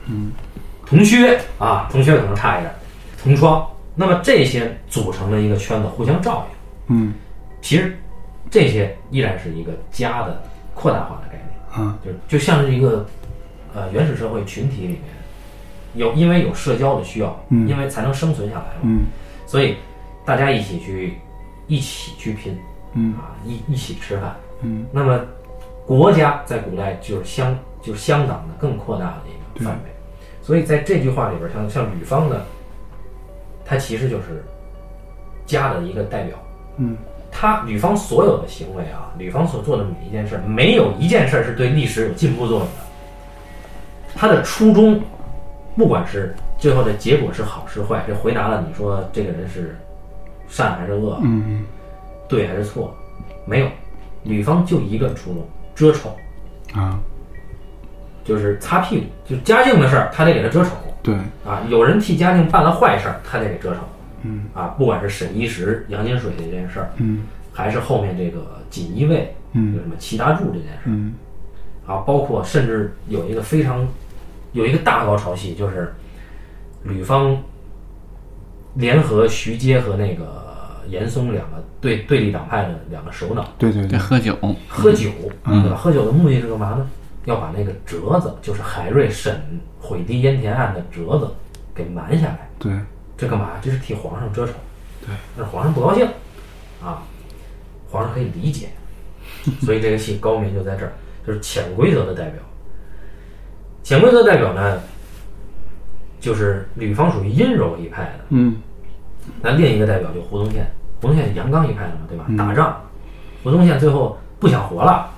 A: 同靴啊，同靴可能差一点，同窗。那么这些组成了一个圈子，互相照应。
B: 嗯
A: 其实这些依然是一个家的扩大化的概念。
B: 嗯
A: 就就像是一个呃原始社会群体里面有因为有社交的需要，
B: 嗯
A: 因为才能生存下来嘛，
B: 嗯
A: 所以大家一起去一起去拼
B: 嗯
A: 啊，一一起吃饭。
B: 嗯，
A: 那么国家在古代就是相就是相当的更扩大的一个范围，所以在这句话里边，像像吕方呢，他其实就是家的一个代表。
B: 嗯，
A: 他吕方所有的行为啊，吕方所做的每一件事儿，没有一件事儿是对历史有进步作用的。他的初衷，不管是最后的结果是好是坏，这回答了你说这个人是善还是恶，
B: 嗯
A: 对还是错，没有。吕方就一个初衷，遮丑，
B: 啊，
A: 就是擦屁股，就是嘉靖的事儿，他得给他遮丑
B: 对，
A: 啊。有人替嘉靖办了坏事儿，他得给遮丑。
B: 嗯
A: 啊，不管是沈一石、杨金水这件事儿，
B: 嗯
A: 还是后面这个锦衣卫，
B: 嗯
A: 有什么齐达柱这件事儿
B: 嗯
A: 啊，包括甚至有一个非常有一个大高潮戏，就是吕方联合徐阶和那个严嵩两个对对立党派的两个首脑
B: 对对
C: 对，
B: 对，
C: 喝酒，
A: 喝
B: 嗯
A: 酒，对吧？喝酒的目的是干嘛呢？要把那个折子，就是海瑞审毁堤淹田案的折子给瞒下来。
B: 对，
A: 这干嘛？这是替皇上遮丑。
B: 对，
A: 但是皇上不高兴啊，皇上可以理解，所以这个戏高明就在这儿，就是潜规则的代表。潜规则代表呢，就是吕方属于阴柔一派的，
B: 嗯
A: 那另一个代表就胡宗宪，胡宗宪阳刚一派的嘛，对吧？打仗，胡宗宪最后不想活了，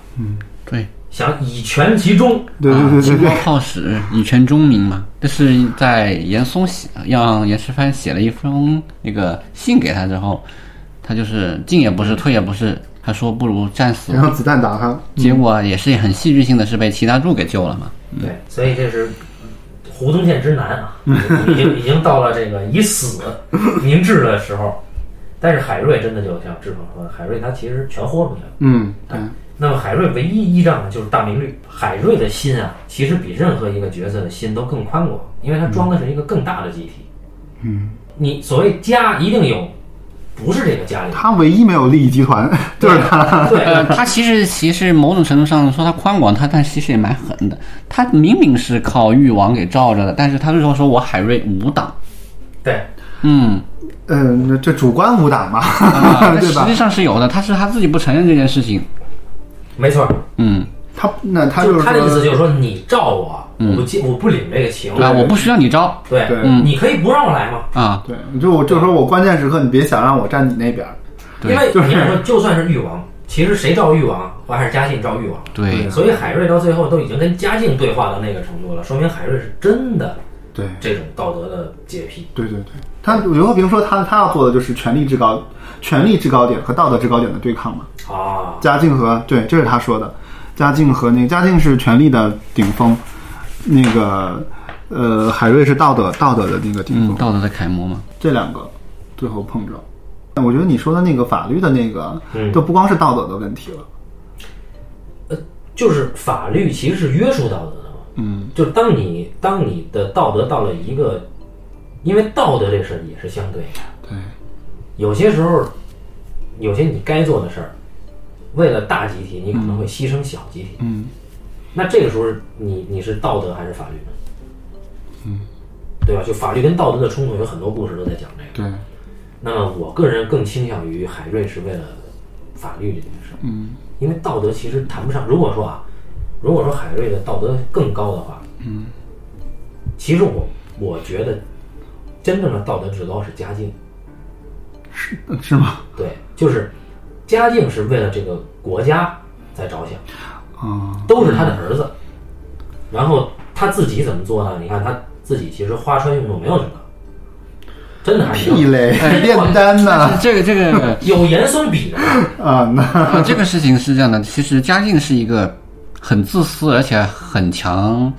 C: 对，
A: 想以权其中，
B: 对对对对
C: 啊金
B: 对
C: 国，
A: 啊
C: 炮使，以权忠民嘛。这是在严嵩写让严世蕃写了一封那个信给他之后，他就是进也不是，退也不是，他说不如战
B: *laughs*
C: 死
B: 然。后子弹打他，
C: 结果也是很戏剧性的是被齐大柱给救了嘛。
A: 对，所以这是胡宗宪之难啊，已经已经到了这个以死明志的时候。但是海瑞真的就像志鹏说的，海瑞他其实全豁出去了。
B: 嗯，对，
A: 那么海瑞唯一依仗的就是大明律。海瑞的心啊，其实比任何一个角色的心都更宽广，因为他装的是一个更大的集体。嗯，你所谓家一定有，不是这个家里，
B: 他唯一没有利益集团就是他，
A: 他。对，啊
C: 呃，他其实其实某种程度上说他宽广，他但其实也蛮狠的。他明明是靠誉王给罩着的，但是他最后说我海瑞无党，
A: 对，
C: 嗯，
B: 嗯，那这主观武打嘛， *laughs*
C: 啊但
B: 对
C: 实
B: 吧？
C: 际上是有的，他是他自己不承认这件事情，
A: 没错。
C: 嗯，
B: 他那他
A: 就是他的意思
B: 说，
A: 就是说，你罩我，我不接，我不领这个情。
C: 啊，我不需要你招
A: 对
B: 对
C: 嗯
A: 你可以不让我来嘛。
C: 啊，
B: 对，就我就说我关键时刻你别想让我站你那边儿，
C: 对
A: 因为
B: 就是
A: 你想说，就算是誉王，其实谁罩誉王，我还是嘉靖罩誉王。
C: 对，
A: 所以海瑞到最后都已经跟嘉靖对话到那个程度了，说明海瑞是真的
B: 对
A: 这种道德的洁癖。
B: 对对对，他刘和平说他他要做的就是权力制高、权力制高点和道德制高点的对抗嘛。
A: 啊，
B: 嘉靖和对，这是他说的。嘉靖和那个嘉靖是权力的顶峰，那个呃海瑞是道德道德的那个顶
C: 嗯，
B: 峰，
C: 道德的楷模嘛，
B: 这两个最后碰撞。我觉得你说的那个法律的那个，
A: 嗯
B: 都不光是道德的问题了。
A: 就是法律其实是约束道德的嘛。嗯，就是当你当你的道德到了一个，因为道德这事儿也是相对的，
B: 对，
A: 有些时候，有些你该做的事儿，为了大集体，你可能会牺牲小集体。
B: 嗯，
A: 那这个时候你你是道德还是法律呢？嗯，对吧？就法律跟道德的冲突，有很多故事都在讲这个。
B: 对，
A: 那么我个人更倾向于海瑞是为了法律这件事，嗯，因为道德其实谈不上。如果说啊，如果说海瑞的道德更高的话，嗯，其实我我觉得真正的道德至高是嘉靖，
B: 是是吗？
A: 对，就是嘉靖是为了这个国家在着想，
B: 啊、
A: 都是他的儿子。然后他自己怎么做呢？你看他自己其实花川运动没有什么，真的还是
B: 屁
A: 有
B: 嘞，
A: 哎
B: 炼丹
C: 但
B: 呢
C: 是？这个这个
A: 有严嵩比的，
B: 啊，那
C: 呃这个事情是这样的，其实嘉靖是一个很自私而且很强，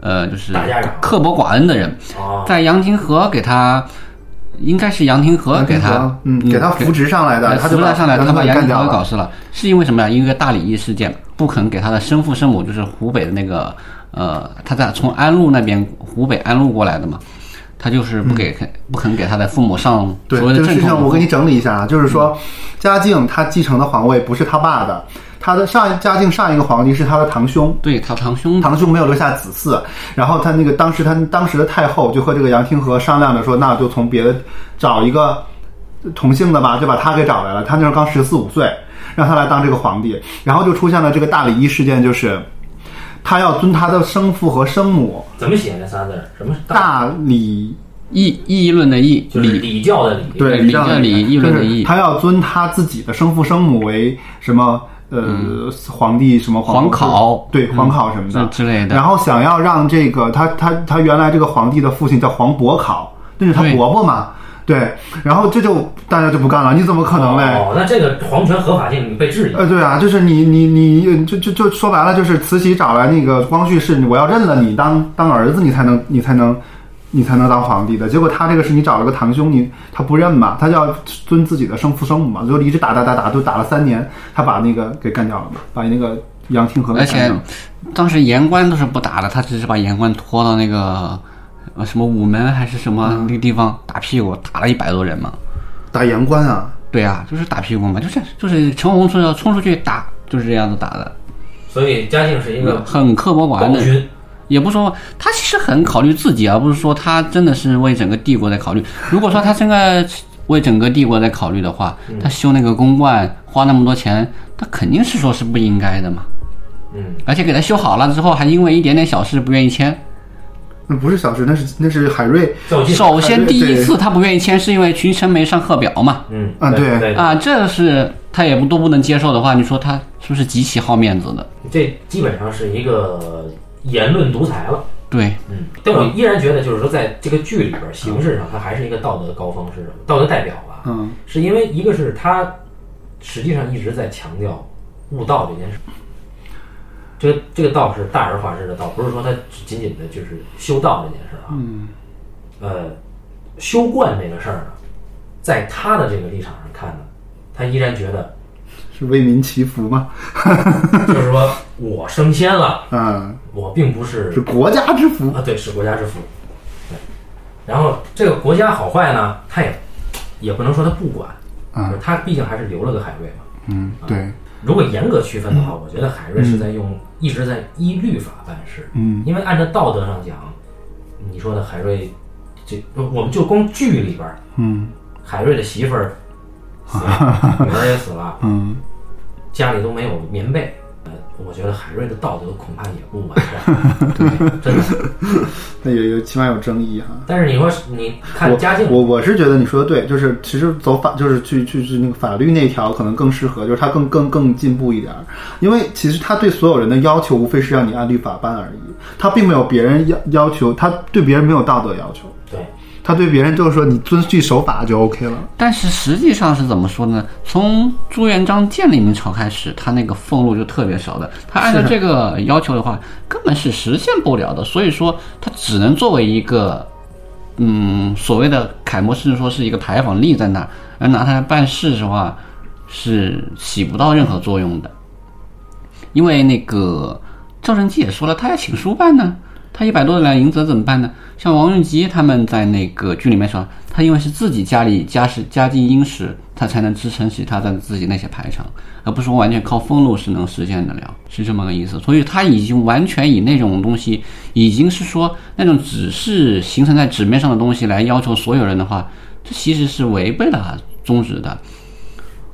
C: 呃，就是
A: 打架呀
C: 刻薄寡恩的人，
A: 啊，
C: 在杨廷和给他，应该是杨廷和给他，
B: 嗯，给他扶植上来的，
C: 呃
B: 他
C: 扶
B: 就把
C: 了上来，他
B: 把
C: 把
B: 你
C: 杨
B: 干
C: 廷
B: 掉
C: 和
B: 了
C: 搞。死了，是因为什么呀？因为大礼义事件不肯给他的生父生母，就是湖北的那个，呃，他在从安陆那边湖北安陆过来的嘛，他就是不给、不肯给他的父母上
B: 嗯对
C: 所谓，
B: 这
C: 的
B: 个事
C: 正
B: 情
C: 统的嗯
B: 我给你
C: 父
B: 整理一下啊，就是说，嘉靖他继承的皇位不是他爸的，他的上一嘉靖上一个皇帝是他的堂兄，
C: 对他堂兄
B: 堂兄没有留下子嗣，然后他那个当时他当时的太后就和这个杨廷和商量着说，那就从别的找一个同姓的吧，就把他给找来了。他那时候刚十四五岁，让他来当这个皇帝，然后就出现了这个大礼仪事件，就是他要尊他的生父和生母。
A: 怎么写那仨字儿？什么
B: 大礼
C: 议议论的议
A: 就是
C: 礼
A: 礼教的礼，
B: 对，
C: 对
B: 礼教
C: 礼教
B: 的
C: 礼
B: 礼
C: 议论的
B: 就是
C: 议
B: 他要尊他自己的生父生母为什么？呃，皇帝什么
C: 嗯皇考
B: 对皇考什么的
C: 嗯之类的
B: 然后想要让这个他他他原来这个皇帝的父亲叫黄伯考，那是他
C: 对
B: 伯伯嘛？对，然后这就大家就不干了，你怎么可能嘞？
A: 哦，那这个皇权合法性被质疑。
B: 呃，对啊，就是你你你呃就就就说白了，就是慈禧找来那个光绪是，我要认了你当当儿子，你才能你才能你才能当皇帝的。结果他这个是你找了个堂兄，你他不认嘛，他就要尊自己的生父生母嘛，就一直打打打打，都打了三年，他把那个给干掉了嘛，把那个杨廷和给
C: 而
B: 干
C: 且
B: 掉了。
C: 当时言官都是不打的，他只是把言官拖到那个呃什么午门还是什么
B: 嗯
C: 那个地方打屁股，打了一百多人嘛。
B: 打言官啊，
C: 对啊，就是打屁股嘛，就是就是陈红冲要冲出去打，就是这样子打的，
B: 哎
A: 所以嘉靖是一个
C: 很刻薄
A: 暴
C: 寡嗯恩的人。
A: 君，
C: 也不说他其实很考虑自己，而不是说他真的是为整个帝国在考虑。如果说他真的为整个帝国在考虑的话，
B: 嗯
C: 他修那个宫观花那么多钱，他肯定是说是不应该的嘛。
A: 嗯，
C: 而且给他修好了之后，还因为一点点小事不愿意签。
B: 那不是小事，那是那是海瑞
A: 赵信，
C: 首先第一
B: 对
C: 次他不愿意签，是因为群臣没上课表嘛。
A: 嗯
B: 啊对
A: 对，
C: 啊，这是他也不都不能接受的话，你说他是不是极其好面子的？
A: 这基本上是一个言论独裁了。
C: 对，
A: 嗯，但我依然觉得，就是说，在这个剧里边，形式上它还是一个道德高峰，是什么？道德代表吧。
B: 嗯，
A: 是因为一个是他实际上一直在强调悟道这件事，这个这个道是大而化之的道，不是说他仅仅的就是修道这件事啊。嗯，呃，修观这个事儿呢，在他的这个立场上看呢，他依然觉得
B: 是为民祈福嘛，
A: 就是说我升仙了，
B: 啊，
A: 我并不是
B: 是国家之福，
A: 啊，对，是国家之福。对，然后这个国家好坏呢，他也也不能说他不管，
B: 嗯
A: 就是他毕竟还是留了个海瑞嘛。
B: 嗯，对，
A: 如果严格区分的话，我觉得海瑞是在用、一直在依律法办事，
B: 嗯
A: 因为按照道德上讲，你说的海瑞，这我们就光剧里边儿，
B: 嗯
A: 海瑞的媳妇儿死了，女儿也死了，
B: 嗯，
A: 家里都没有棉被，呃，我觉得海瑞的道德恐怕也不完善，对，真的。
B: 那也有起码有争议啊哈。
A: 但是你说你看
B: 我
A: 嘉靖，
B: 我我是觉得你说的对，就是其实走法就是去去去那个法律那条可能更适合，就是它更更更进步一点儿，因为其实他对所有人的要求无非是让你按律法办而已，他并没有别人要要求，他对别人没有道德要求，
A: 对，
B: 他对别人就是说你遵纪守法就 OK 了。
C: 但是实际上是怎么说呢？从朱元璋建立明朝开始，他那个俸禄就特别少的，他按照这个要求的话，根本是实现不了的。所以说，他只能作为一个，嗯，所谓的楷模，甚至说是一个牌坊立在那儿，而拿它来办事的话，是起不到任何作用的。因为那个赵正基也说了，他要请书办呢，他一百多两银子怎么办呢？像王润吉他们在那个剧里面说，他因为是自己家里家世家境殷实，他才能支撑起他的自己那些排场，而不是说完全靠俸禄是能实现得了，是这么个意思。所以他已经完全以那种东西，已经是说那种只是形成在纸面上的东西来要求所有人的话，这其实是违背了宗旨的。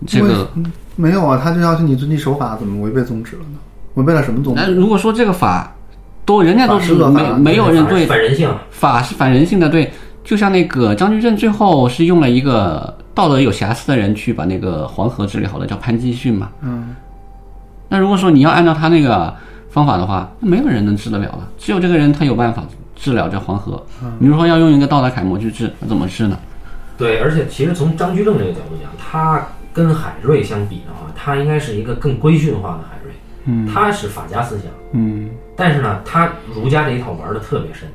C: 这
B: 因为
C: 个
B: 嗯没有啊，他就要求你遵纪守法，怎么违背宗旨了呢？违背了什么宗
A: 哎
C: 那
B: 旨？
C: 如果说这个法都人家都
B: 法是
C: 是
B: 个法
C: 没没有人对
A: 反人性，
C: 法是反人性的，对，就像那个张居正最后是用了一个道德有瑕疵的人去把那个黄河治理好的，叫潘基训嘛。
B: 嗯，
C: 那如果说你要按照他那个方法的话，那没有人能治得了了，只有这个人他有办法治疗这黄河。
B: 嗯
C: 你如果要用一个道德楷模去治，那怎么治呢？
A: 对，而且其实从张居正这个角度讲，他跟海瑞相比的话，他应该是一个更规训化的海瑞。嗯，他是法家思想，
B: 嗯，
A: 但是呢，他儒家这一套玩的特别深，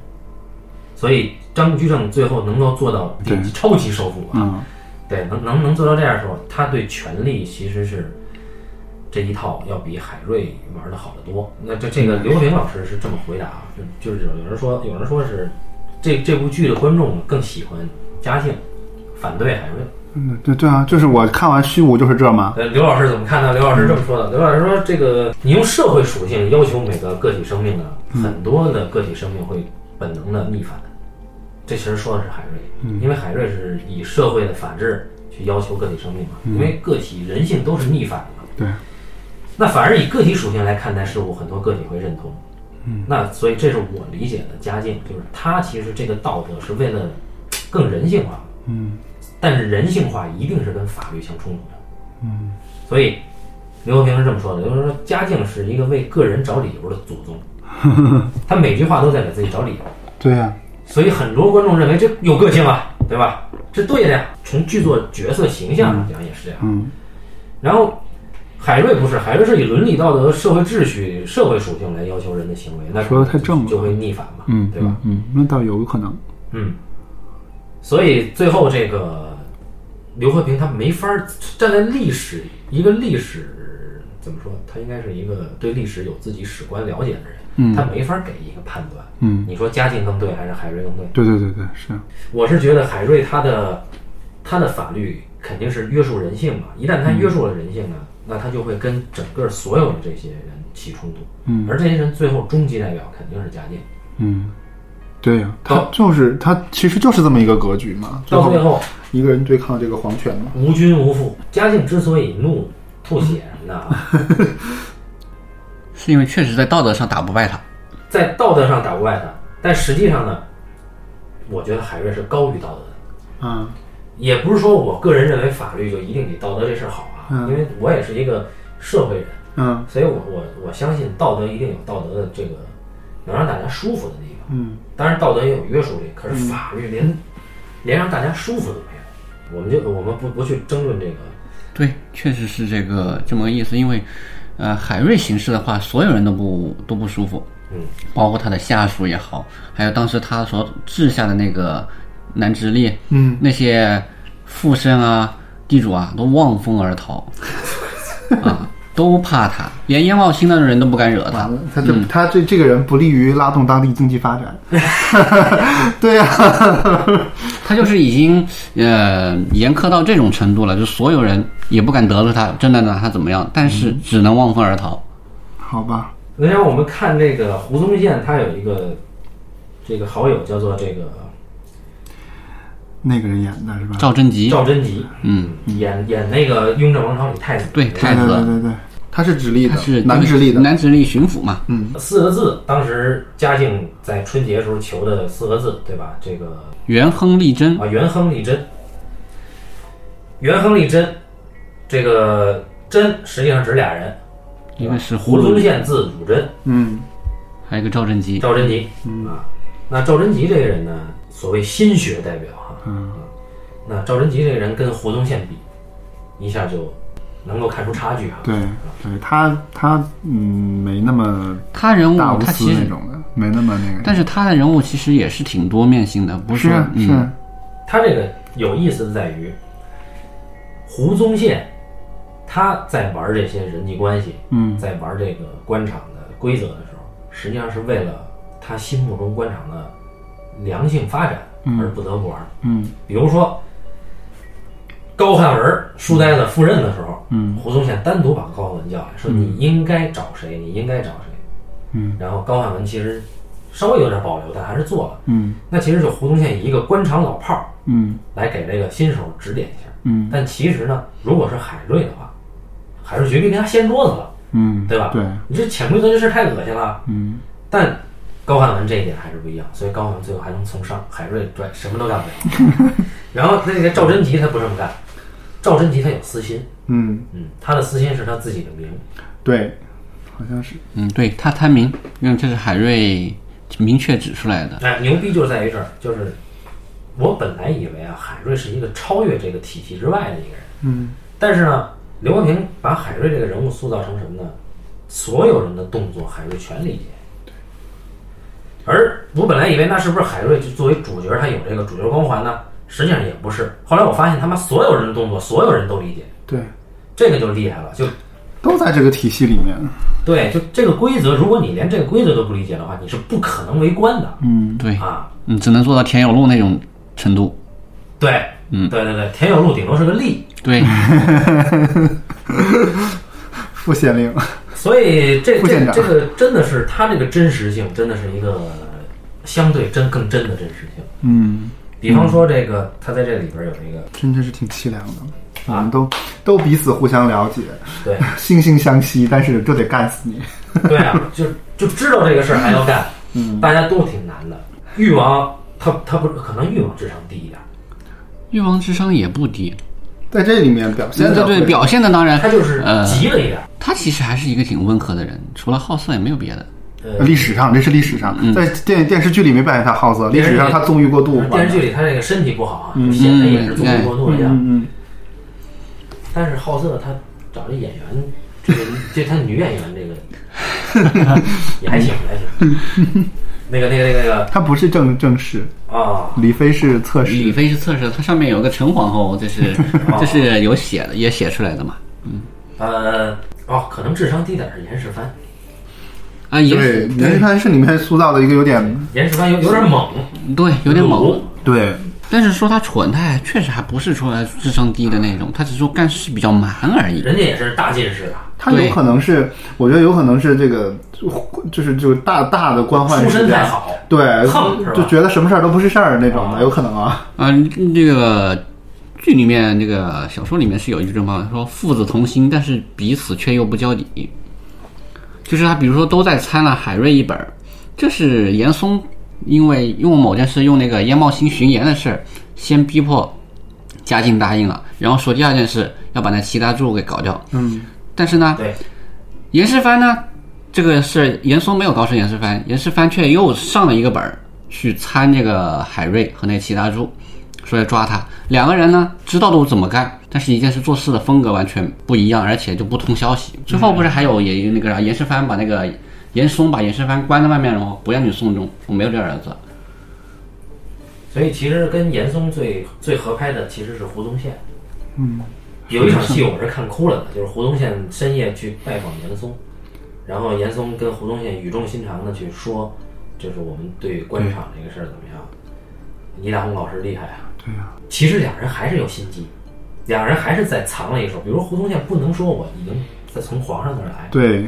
A: 所以张居正最后能够做到顶级超级首富啊，对，能能能做到这样的时候，他对权力其实是这一套要比海瑞玩的好得多。那这这个刘和平老师是这么回答啊，就就是有人说有人说是这这部剧的观众更喜欢嘉庆，反对海瑞。
B: 嗯，对对啊，就是我看完虚无就是这嘛，
A: 呃，刘老师怎么看呢？刘老师这么说的。刘老师说，这个你用社会属性要求每个个体生命呢，很多的个体生命会本能的逆反。这其实说的是海瑞，因为海瑞是以社会的法治去要求个体生命嘛，因为个体人性都是逆反的嘛。
B: 对，
A: 那反而以个体属性来看待事物，很多个体会认同。嗯，那所以这是我理解的嘉靖，就是他其实这个道德是为了更人性化。嗯，但是人性化一定是跟法律相冲突的。所以刘和平是这么说的，就是说嘉靖是一个为个人找理由的祖
B: *laughs*
A: 宗，他每句话都在给自己找理由，
B: 对呀、
A: 所以很多观众认为这有个性啊，对吧？这对的呀。从剧作角色形象上讲也是这样。
B: 嗯
A: 然后海瑞不是，海瑞是以伦理道德、社会秩序、社会属性来要求人的行为，那
B: 说得太正了
A: 就会逆反嘛，
B: 嗯，
A: 对吧？
B: 嗯？嗯，那倒有可能。
A: 嗯，所以最后这个刘和平他没法儿站在历史一个历史怎么说？他应该是一个对历史有自己史观了解的人，他没法儿给一个判断。
B: 嗯，
A: 你说嘉靖更对还是海瑞更对？
B: 啊对对对对，是。
A: 我是觉得海瑞他的它的法律肯定是约束人性嘛，一旦它约束了人
B: 嗯
A: 性呢，那它就会跟整个所有的这些人起冲突，嗯，而这些人最后终极代表肯定是家电，
B: 嗯，对呀、他就是他其实就是这么一个格局嘛，最
A: 到
B: 后
A: 最后
B: 一个人对抗这个皇权嘛。
A: 无君无父。嘉靖之所以怒吐血什么的啊，
C: 是因为确实在道德上打不败他。
A: 在道德上打不败他，但实际上呢，我觉得海瑞是高于道德的。
B: 嗯
A: 也不是说我个人认为法律就一定比道德这事儿好啊，
B: 嗯
A: 因为我也是一个社会人，
B: 嗯
A: 所以我我我相信道德一定有道德的这个能让大家舒服的地方。
B: 嗯，
A: 当然道德也有约束力，可是法律连、连让大家舒服都没有。我们就我们不不去争论这个，
C: 对，确实是这个这么个意思。因为，呃，海瑞行事的话，所有人都不都不舒服，
A: 嗯，
C: 包括他的下属也好，还有当时他所治下的那个南直隶，
B: 嗯，
C: 那些富绅啊、地主啊，都望风而逃，
A: *laughs*
C: 啊，都怕他，连烟帽星那种人都不敢惹他
B: 完。了，他
C: 嗯
B: 这、他这这个人不利于拉动当地经济发展。对啊呀、
C: 他就是已经呃严苛到这种程度了，就所有人也不敢得罪他，真的拿他怎么样，但是
A: 嗯
C: 只能望风而逃。
B: 好吧，
A: 那让我们看这个胡宗宪，他有一个这个好友叫做这个
B: 那个人演的是吧？
C: 赵贞吉，
A: 赵贞吉，
C: 嗯，
A: 演演那个雍正王朝里太子，
C: 对
B: 对
C: 太
B: 对对
C: 子
B: 对对，他是直隶
C: 他
B: 的，
C: 是
B: 南直隶的。嗯
C: 南直隶巡抚嘛，
A: 四个字，当时嘉靖在春节时候求的四个字，对吧？这个
C: 元亨利贞，
A: 啊，元亨利贞，元亨利贞，这个贞实际上只是俩人，
C: 一个是
A: 胡
C: 胡
A: 宗
C: 宗，
A: 宪字汝贞，
B: 嗯
C: 还有一个赵贞吉。
A: 赵贞吉啊。那赵贞吉这个人呢，所谓心学代表哈、啊
B: 嗯
A: 那赵贞吉这个人跟胡宗宪比，一下就能够看出差距哈、
B: 对对，他他嗯没那么
C: 他人
B: 大
C: 物
B: 无
C: 嗯他
B: 私
C: 其
B: 那
C: 实，
B: 种的，没那么那个。
C: 但是他的人物其实也是挺多面性的，不
B: 是
C: 说
B: 啊是
C: 嗯
B: 啊，
A: 他这个有意思的在于，胡宗宪他在玩这些人际关系，
B: 嗯，
A: 在玩这个官场的规则的时候，实际上是为了他心目中官场的良性发展而不得不玩。
B: 嗯
A: 比如说高汉文书呆子赴任的时候，嗯，胡宗宪单独把高汉文叫来，说你应该找谁，你应该找谁，
B: 嗯，
A: 然后高汉文其实稍微有点保留，但还是做了。
B: 嗯
A: 那其实就胡宗宪以一个官场老炮儿。
B: 嗯
A: 来给这个新手指点一下。
B: 嗯
A: 但其实呢，如果是海瑞的话，海瑞绝对给他掀桌子了，
B: 嗯，
A: 对吧？
B: 对，
A: 你这潜规则这事儿太恶心了。
B: 嗯
A: 但高汉文这一点还是不一样，所以高汉文最后还能从商，海瑞拽什么都干不了。 *laughs* 然后那个赵贞吉他不这么干，赵贞吉他有私心，
B: 嗯
A: 嗯，他的私心是他自己的名，
B: 对，好像是
C: 嗯，对他贪名，因为这是海瑞明确指出来
B: 嗯
C: 的。
A: 哎，牛逼就在于这儿，就是我本来以为啊，海瑞是一个超越这个体系之外的一个人，
B: 嗯
A: 但是呢，刘和平把海瑞这个人物塑造成什么呢？所有人的动作，海瑞全理解。而我本来以为那是不是海瑞就作为主角，他有这个主角光环呢？实际上也不是。后来我发现他妈所有人的动作，所有人都理解，
B: 对，
A: 这个就厉害了。就
B: 都在这个体系里面。
A: 对，就这个规则，如果你连这个规则都不理解的话，你是不可能为官的
B: 嗯
C: 对，
A: 啊！
C: 嗯，只能做到田有路那种程度。
A: 对，嗯，对对对，田有路顶多是个吏，
B: *laughs*
C: 对，
B: 副县令，
A: 所以这
B: 副县
A: 这
B: 长
A: 这个真的是他这个真实性，真的是一个相对真更真的真实性。
B: 嗯，
A: 比方说这个，他在这里边有一个
B: 真的是挺凄凉的。我们都都彼此互相了解，
A: 对
B: 惺惺相惜，但是就得干死你。
A: 对啊， *laughs* 就就知道这个事儿还要干，嗯，大家都挺难的。誉王他他不可能誉王智商低一点，
C: 誉王智商也不低，
B: 在这里面表现
C: 对
B: 的
C: 对对，表现的当然
A: 他就是
C: 呃
A: 急了一点。
C: 他其实还是一个挺温和的人，除了好色也没有别的。
A: 呃，
B: 历史上这是历史上，在电电视剧里没扮演他好色，历史上他纵欲过度。
A: 电视剧里他这个身体不好啊，就显得也是纵欲过度一样。
B: 嗯
A: 但是好色他找这演员，这个这他女演员这 *laughs* 个也还行，也还行。那个那个那个那个
B: 他不是正正式，
A: 啊，
B: 李飞是侧
C: 李
B: 室。
C: 飞是测试，它上面有个陈皇后，
B: *laughs*
C: 这是这是有写的，也写出来的嘛。
A: 呃，哦，可能智商低点儿是严世蕃，
C: 啊，也
B: 对，
C: 是
B: 袁世蕃是里面塑造的一个有点
A: 严世蕃有有点猛，
C: 对，有点猛
A: 鲁。
B: 对，
C: 但是说他蠢，他还确实还不是说智商低的那种，他只是说干事比较蛮而已。
A: 人家也是大近视啊，
B: 他有
C: 对
B: 可能是，我觉得有可能是这个，就是就是大大的官宦
A: 出
B: 世
A: 身太
B: 家，
A: 好，
B: 对
A: 横是吧，
B: 就觉得什么事儿都不是事儿那种的，有可能啊。
C: 啊、这个剧里面，这个小说里面是有一句这么说：父子同心，但是彼此却又不交底。就是他，比如说都在参了海瑞一本儿，这是严嵩因为用某件事，用那个燕茂兴巡盐的事儿，先逼迫嘉靖答应了，然后说第二件事要把那齐达柱给搞掉。
B: 嗯，
C: 但是呢，
A: 对，
C: 严世蕃呢，这个是严嵩没有告诉严世蕃，严世蕃却又上了一个本儿去参这个海瑞和那个齐达珠，说要抓他。两个人呢知道都怎么干，但是一件事做事的风格完全不一样，而且就不通消息。最后不是还有也那个啥，严世蕃把那个严嵩把严世蕃关在外面了吗？不让你送终，我没有这儿子。
A: 所以其实跟严嵩最最合拍的其实是胡宗宪。嗯，有一场戏我是看哭了的，就是胡宗宪深夜去拜访严嵩，然后严嵩跟胡宗宪语重心长的去说，就是我们对官场这个事儿怎么样？倪大红老师厉害啊！
B: 对呀、
A: 其实两人还是有心机，两人还是在藏了一手。比如胡宗宪不能说我已经在从皇上那儿来，
B: 对，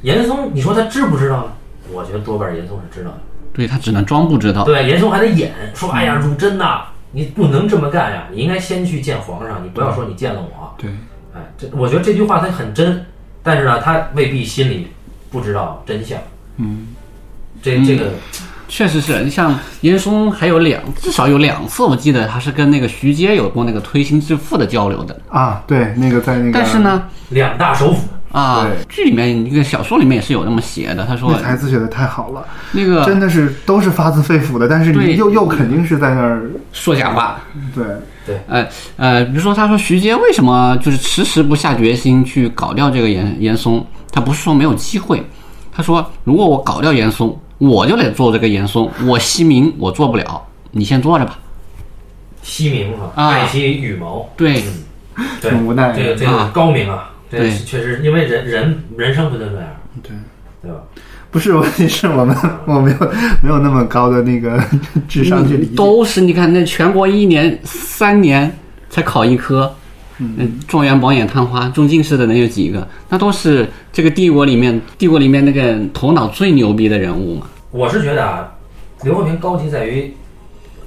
A: 严嵩你说他知不知道呢？我觉得多半严嵩是知道的。
C: 对他只能装不知道。
A: 对，严嵩还得演，说
C: 嗯
A: 哎呀，汝真呐，你不能这么干呀，你应该先去见皇上，你不
C: 嗯
A: 要说你见了我。
B: 对，
A: 哎，这我觉得这句话他很真，但是呢，他未必心里不知道真相。
B: 嗯，
A: 这这个
C: 确实是，像严嵩还有两，至少有两次，我记得他是跟那个徐阶有过那个推心置腹的交流的。
B: 啊，对，那个在那个，
C: 但是，呢，
A: 两大首府，
C: 啊
B: 对，
C: 剧里面那个小说里面也是有那么写的，他说
B: 那台词写的太好了，
C: 那个
B: 真的是都是发自肺腑的，但是
C: 嗯对
B: 你又又肯定是在那儿，
C: 说假话，
B: 对，
C: 呃呃，比如说他说徐阶为什么就是迟迟不下决心去搞掉这个严严嵩，他不是说没有机会，他说如果我搞掉严嵩，我就得做这个严嵩，我西明我做不了，你先做着吧。
A: 西明哈、
C: 啊
A: 爱惜羽毛，嗯
C: 对
A: 对，
B: 挺无奈
A: 这个
B: 的。
A: 这个
C: 啊
A: 高明啊，这
C: 对
A: 确实，因为人人人生不就这样，
B: 对，
A: 对吧？
B: 不是问题是我们 *laughs* 我没有没有那么高的那个 *laughs* 智商去理解。
C: 嗯都是你看那全国一年三年才考一科，嗯，状元、榜眼、探花、中进士的能有几个？那都是这个帝国里面帝国里面那个头脑最牛逼的人物嘛。
A: 我是觉得啊，刘和平高级在于，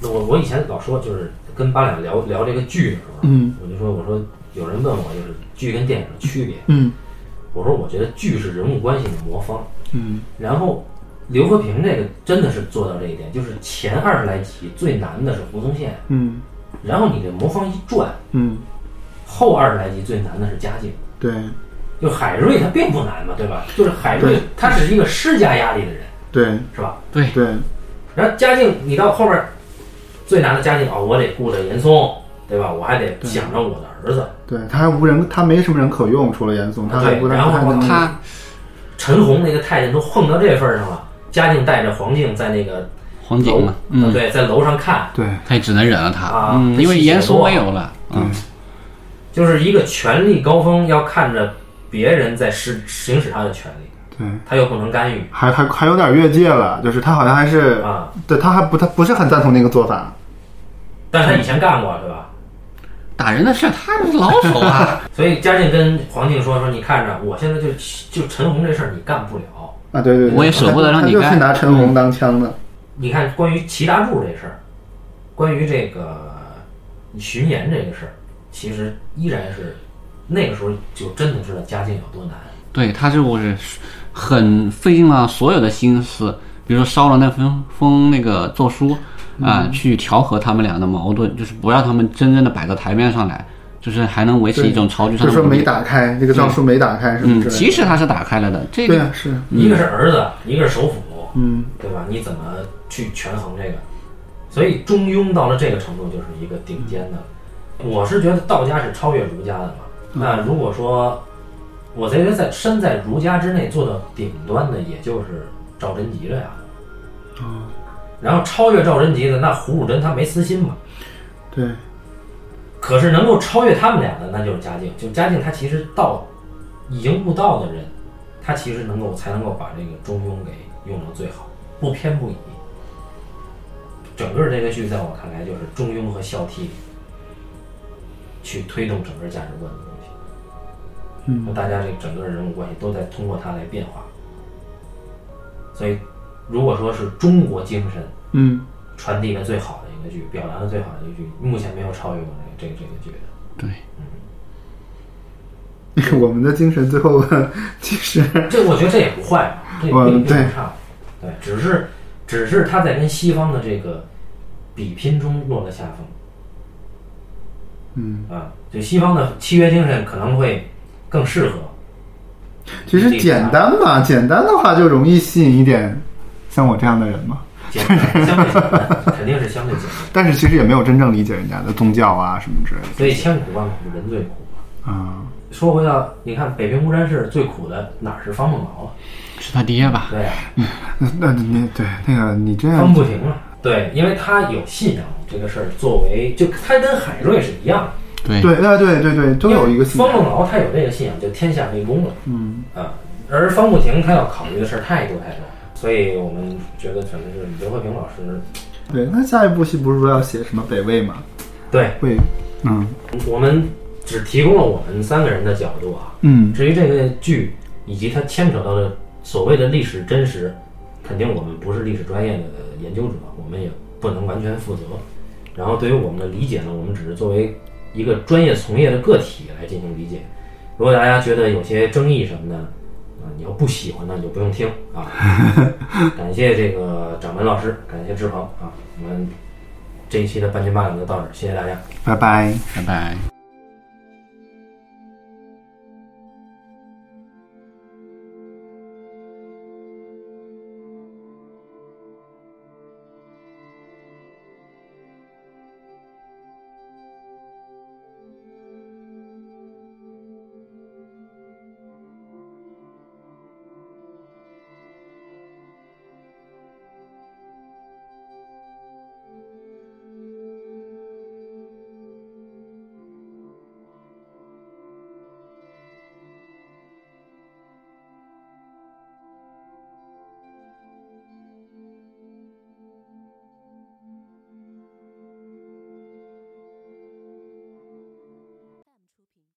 A: 我我以前老说就是跟八两聊聊这个剧的时候，
B: 嗯，
A: 我就说我说有人问我就是剧跟电影的区别，
B: 嗯
A: 我说我觉得剧是人物关系的魔方，
B: 嗯，
A: 然后刘和平这个真的是做到这一点，就是前二十来集最难的是胡宗宪，
B: 嗯
A: 然后你这魔方一转，
B: 嗯，
A: 后二十来集最难的是嘉靖。
B: 对
A: 就海瑞他并不难嘛，对吧？就是海瑞
B: 对
A: 他只是一个施加压力的人，
B: 对
A: 是吧？
C: 对，
B: 对
A: 然后嘉靖，你到后面最难的嘉靖啊，我得顾着严嵩，对吧？我还得想着我的儿子
B: 对，他还无人，他没什么人可用，除了严嵩，他还
A: 对
B: 不
A: 然
B: 让
A: 后
B: 他还能
C: 他
A: 陈洪那个太监都横到这份儿上了。嘉靖带着黄静在那个
C: 黄
A: 楼
C: 景嘛，嗯，
A: 对，在楼上看，
B: 对
C: 他也只能忍了他，
A: 啊
C: 嗯，
A: 他
C: 因为
A: 戏写
C: 严
A: 多
C: 嵩没有了，嗯，
A: 就是一个权力高峰，要看着别人在施行使他的权利，
B: 对，
A: 他又不能干预
B: 还还还有点越界了，就是他好像还是，
A: 啊。
B: 对他还不他不是很赞同那个做法，
A: 但是他以前干过，对吧？
C: 打人的事儿他是老手啊，
A: 所以嘉靖跟黄静说：“说你看着，我现在就就陈洪这事儿你干不了，
B: 啊，对对，对
C: 我也舍不得让你
B: 他他就
C: 干
B: 是拿陈红当枪的，
A: 你看，关于齐达柱这事儿，关于这个呃巡盐这个事儿，其实依然是那个时候就真的知道嘉靖有多难。
C: 对他就是很费尽了所有的心思，比如说烧了那封封那个奏书啊、
B: 嗯
C: 去调和他们俩的矛盾，就是不让他们真正的摆到台面上来，就是还能维持一种朝局上
B: 就
C: 的
B: 说
C: 稳
B: 没
C: 定。
B: 打开这个诏书没打开什么
C: 嗯，
B: 之
C: 其
B: 类的，
C: 实他是打开了的，这
B: 对
C: 个
B: 啊是，
A: 一个是儿子，一个是首府，
B: 嗯
A: 对吧？你怎么去权衡这个？所以中庸到了这个程度，就是一个顶尖的。我是觉得道家是超越儒家的嘛。那如果说，我觉得在身在儒家之内做到顶端的，也就是赵贞吉这样的。
B: 哦
A: 然后超越赵贞吉的，那胡汝贞他没私心嘛。
B: 对
A: 可是能够超越他们俩的，那就是嘉靖。就嘉靖他其实到已经悟道的人，他其实能够才能够把这个中庸给用到最好，不偏不倚。整个这个剧在我看来就是中庸和孝悌去推动整个价值观的东西。
B: 嗯
A: 那大家这整个人物关系都在通过它来变化。所以，如果说是中国精神
B: 嗯， *laughs*
A: 传递的最好的一个剧，表达的最好的一个剧，目前没有超越过这个这个这个剧的。
C: 对，
B: 我们的精神最后其实
A: 这我觉得这也不坏嘛，这也
B: 嗯
A: 并并
B: 对
A: 不差，对，只是只是他在跟西方的这个比拼中落了下风。
B: 嗯，
A: 啊，就西方的契约精神可能会更适合。
B: 其实
A: 啊
B: 简单嘛，简单的话就容易吸引一点像我这样的人嘛。
A: 简单，相对简单， *laughs* 肯定是相对简单，
B: 但是其实也没有真正理解人家的宗教啊什么之类的。
A: 所以千苦万苦人最苦嘛。
B: 嗯，
A: 说回到你看北平无战事最苦的哪儿是方梦瑶啊？
C: 是他爹吧？
A: 对呀、啊
B: 那 *laughs* 那你对那个你这
A: 方
B: 样
A: 不停啊。对，因为他有信仰这个事儿，作为就他跟海瑞是一样的，
C: 对
B: 对那对对对都有一个信
A: 方
B: 仰。
A: 孟劳他有这个信仰，就天下为公了
B: 嗯，
A: 啊。而方不停他要考虑的事儿太多太多，所以我们觉得可能是刘和平老师，
B: 对。那下一部戏不是说要写什么北魏吗？
A: 对
B: 魏，嗯
A: 我们只提供了我们三个人的角度啊。
B: 嗯，
A: 至于这个剧以及它牵扯到的所谓的历史真实，肯定我们不是历史专业的研究者，我们也不能完全负责。然后对于我们的理解呢，我们只是作为一个专业从业的个体来进行理解。如果大家觉得有些争议什么的，啊，你要不喜欢呢，你就不用听啊。感谢这个掌门老师，感谢志鹏啊，我们这一期的半斤八两就到这儿，谢谢大家。
B: 拜拜。
C: 拜拜。